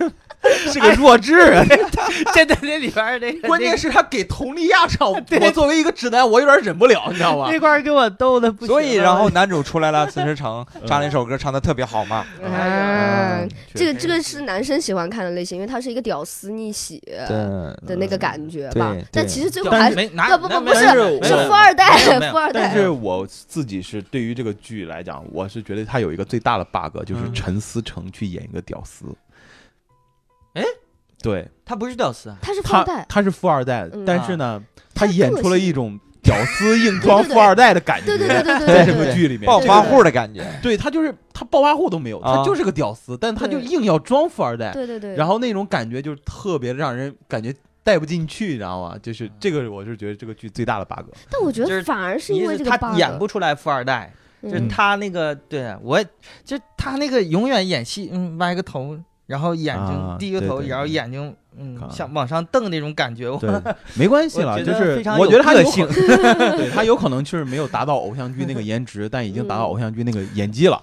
是个弱智啊？ 真的那里边儿 那个，关键是是他给佟丽娅唱， 对我作为一个直男，我有点忍不了，你知道吧那？块儿给我逗的不行了。啊所以然后男主出来 了，孙思成唱了一首歌，唱的特别好嘛，哎嗯，这个确实这个是男生喜欢看的类型，因为它是一个屌丝逆袭的对那个感觉吧对。但对其实最后但还是是没拿，不不那不没有是但是没我是有富二代没有没，有富二但代。是我自己是对于这个剧来讲，我是觉得它有一个最大的 bug，就是嗯陈思诚去演一个屌丝。哎，对，他不是屌丝啊，他是富他二代，他是富二代，嗯但是呢，他他演出了一种屌丝硬对装对对富二代的感对对对觉，对在这对对个对，剧里面，暴对发户的感觉，对他就是他暴发户都没有，啊他就是个屌丝，但他就对硬要装富二代，对对对。然后后那种感觉就是特别让人感觉带不进去，你知道吗？就是这个，我是觉得这个剧最大的 bug。但我觉就得是反而是你因意为思这个 bug，他演不出来富二代，就是嗯他那个对我，就是他那个永远演戏，嗯，歪个头，然后眼睛啊低个对头，对然后对眼睛嗯啊想往上瞪那种感觉，我对，没关系我了，觉就得是非常我有觉得他个有可性对他有可能就是没有达到偶像剧那 个颜值，但已经达到嗯偶像剧那个演技了。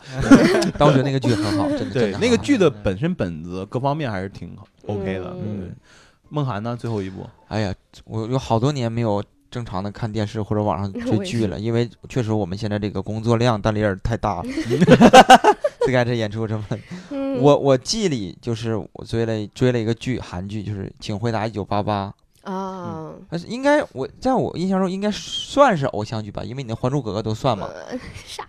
但我觉得那个剧很好，真的，对真，的那个好剧的本身本子各方面还是挺好 OK 的。嗯对，梦涵呢，最后一部哎呀，我有好多年没有正常的看电视或者 网上追我也剧是了，因为确实我们现在这个工作量大有点太 大了。 最开始演出什么？嗯我我记忆里就是我追了追了一个剧，韩剧就是《请回答一九八八》，啊，但呃是应该我在我印象中应该算是偶像剧吧，因为你的《还珠格格》都算嘛。呃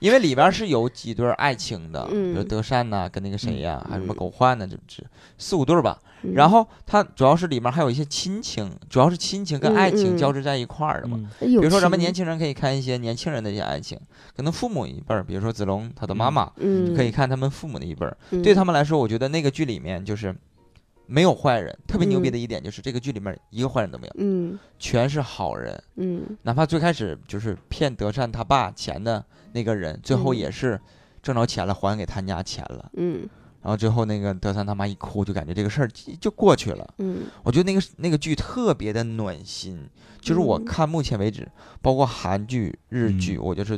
因为里边儿是有几对儿爱情的，比如嗯德善呐、跟那个谁呀、还有什么嗯狗焕呐，这这四五对儿吧。嗯然后它主要是里面还有一些亲情，主要是亲情跟爱嗯情嗯交织在一块儿的嘛。比比如说咱们年，轻人可以看一些年轻人的一些爱情，可能父母一辈儿，比如说子龙他的妈妈，嗯，可以看他们父母那一辈儿。嗯对他们来说，我觉得那个剧里面就是没有坏人，特别牛逼嗯的一点就是这个剧里面一个坏人都没有，嗯全是好人。嗯哪怕最开始就是骗德善他爸钱的那个人，最后嗯也是挣着钱了还给他家钱了。嗯然后最后那个德善他妈一哭，就感觉这个事儿就就过去了。嗯我觉得那个那个剧特别的暖心，就是我嗯看目前为止，包括韩剧、日剧，嗯我就是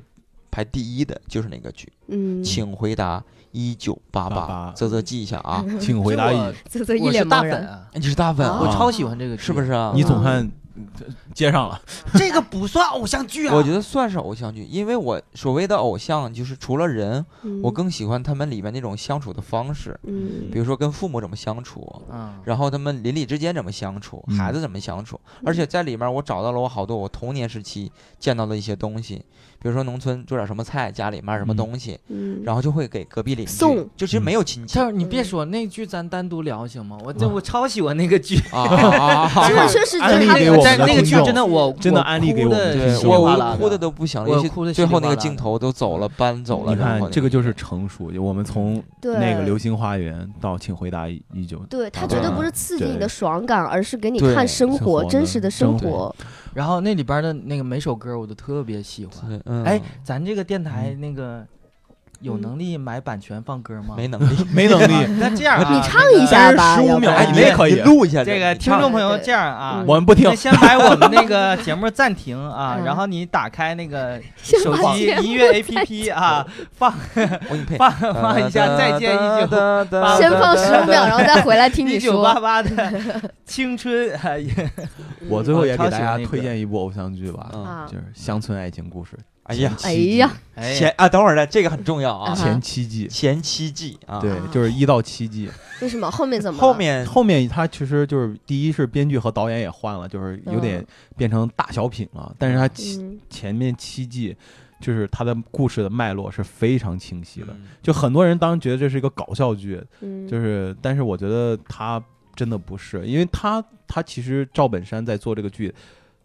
排第一的，就是那个剧，嗯，请回答一九八88啧啧记一下嗯啊， 请回答就一，啧啧一我是脸大茫粉然，啊，你是大粉啊我啊，超喜欢这个剧，是不是？啊？你嗯总算接上了。这个不算偶像剧啊？我觉得算是偶像剧，因为我所谓的偶像就是除了人，嗯我更喜欢他们里面那种相处的方式，嗯比如说跟父母怎么相处，嗯，然后他们邻里之间怎么相处，孩嗯子怎么相处，而且在里面我找到了我好多我童年时期见到的一些东西，比如说农村做点什么菜，家里卖什么嗯东西，嗯，然后就会给隔壁邻居送，嗯就其实没有亲戚 但啊是你别说那剧，咱单独聊行吗？我这我超喜欢那个剧，啊啊啊！这啊个确实安就是利他给我们但的那个剧听众真 的我真的安利给我们对的听我哭得众稀里哗我啦哭的的都不行了，我尤其哭得稀最里后哗那个啦镜的头都走了，搬走了，你然后看，那这个就是成熟。我们从对那个《流星花园》到《请回答一九》，对他啊绝对对不是刺激对你的爽感，而是给你对看生生活活真的实的生生活活。然后那里边的那个每首歌我都特别喜欢。对嗯哎，咱这个电台那个有嗯能力买版权放歌吗？没 能 力，没能力。那这样啊，你唱一下吧， 15要不秒然哎你也可以你录一下这个你听唱众朋友对这样啊嗯，我们不听那，先把我们那个节目暂停啊，嗯然后你打开那个先手把 机节目音乐 APP 啊，放我给你配放 放一下《再见一九先放十五秒，然后再回来听一你九八说。八》 的青春啊，也我最后也 我超给大喜欢家那个推荐一部偶像剧吧，嗯啊就是《乡村爱情故事》，哎呀，哎呀，哎呀前啊，等会儿呢，这个很重要啊啊，哈前七季，前七季啊，嗯对，就是一到七季。为什么后面怎么了后面后面他其实就是第一是编剧和导演也换了，就是有点变成大小品了。但是他前嗯前面七季，就是他的故事的脉络是非常清晰的。嗯就很多人当时觉得这是一个搞笑剧，嗯，就是，但是我觉得他真的不是，因为他他其实赵本山在做这个剧，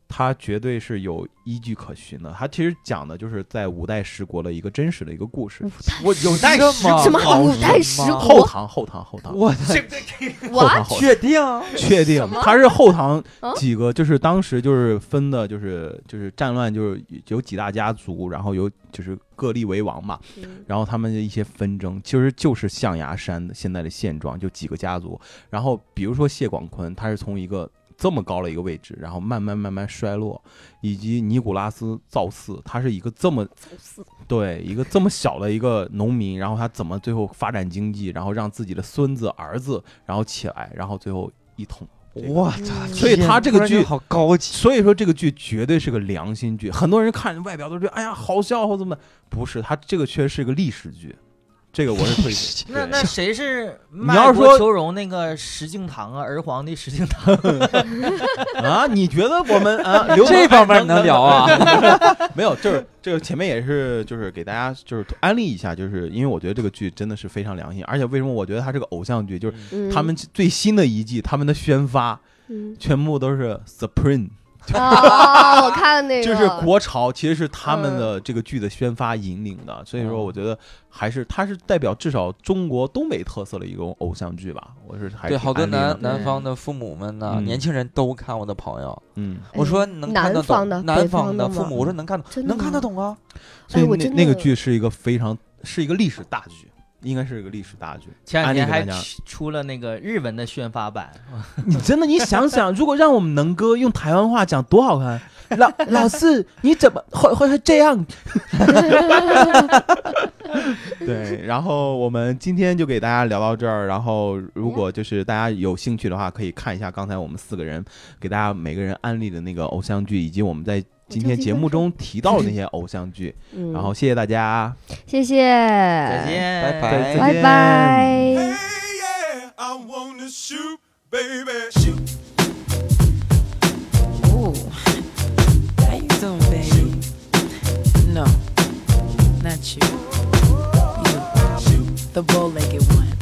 他绝对是有依据可循的。他其实讲的就是在五代十国的一个真实的一个故事。我有代这史么什么好五是代吗十国后堂，后堂，后堂，我的后哇堂，后堂。确定？确定什么，他是后唐啊几个，就是当时就是分的，就是就是战乱，就是有几大家族，然后有就是各立为王嘛，嗯然后他们的一些纷争，其实就是象牙山的现在的现状，就几个家族。然后比如说谢广坤，他是从一个这么高的一个位置，然后慢慢慢慢衰落，以及尼古拉斯造次，他是一个这么对一个这么小的一个农民，然后他怎么最后发展经济，然后让自己的孙子儿子然后起来，然后最后一统。这个我嗯操！所以他这个突然剧就好高级，所以说这个剧绝对是个良心剧，很多人看外表都觉得哎呀好笑或怎么的，不是，它这个确实是个历史剧，这个我是推荐。那那谁是你要卖国说求荣那个石敬瑭啊，儿皇的石敬瑭，那啊，你觉得我们啊，刘这能方面你能聊啊？没有？就是这个前面也是就是给大家就是安利一下，就是因为我觉得这个剧真的是非常良心，而且为什么我觉得它是个偶像剧，就是嗯他们最新的一季他们的宣发嗯全部都是 Supreme。啊，我看了那 个，嗯就是国潮，其实是他们的这个剧的宣发引领的，所以说我觉得还是它是代表至少中国东北特色的一种偶像剧吧。我是还对，好多挺安利南的南方的父母们呢，嗯年轻人都看我的朋友。嗯，哎我说能看南得方懂的北南方方的的父吗母，我说能看真的懂，能看吗哎得懂啊。所以我那真的那个剧是一个非常是一个历史大剧，应该是一个历史大剧。前两天安利还给大家出了那个日文的宣发版，你真的你想想，如果让我们能哥用台湾话讲多好看， 老老四你怎么会会会这 样？对，然后我们今天就给大家聊到这儿。然后如果就是大家有兴趣的话，可以看一下刚才我们四个人给大家每个人安利的那个偶像剧，以及我们在今天节目中提到的那些偶像剧。嗯然后谢谢大家，谢谢，再再见，拜拜哎再见哎拜拜。 Hey, yeah, I wanna shoot, baby, shoot. Ooh. How you doing, baby? No, not you. You, the bow-legged one.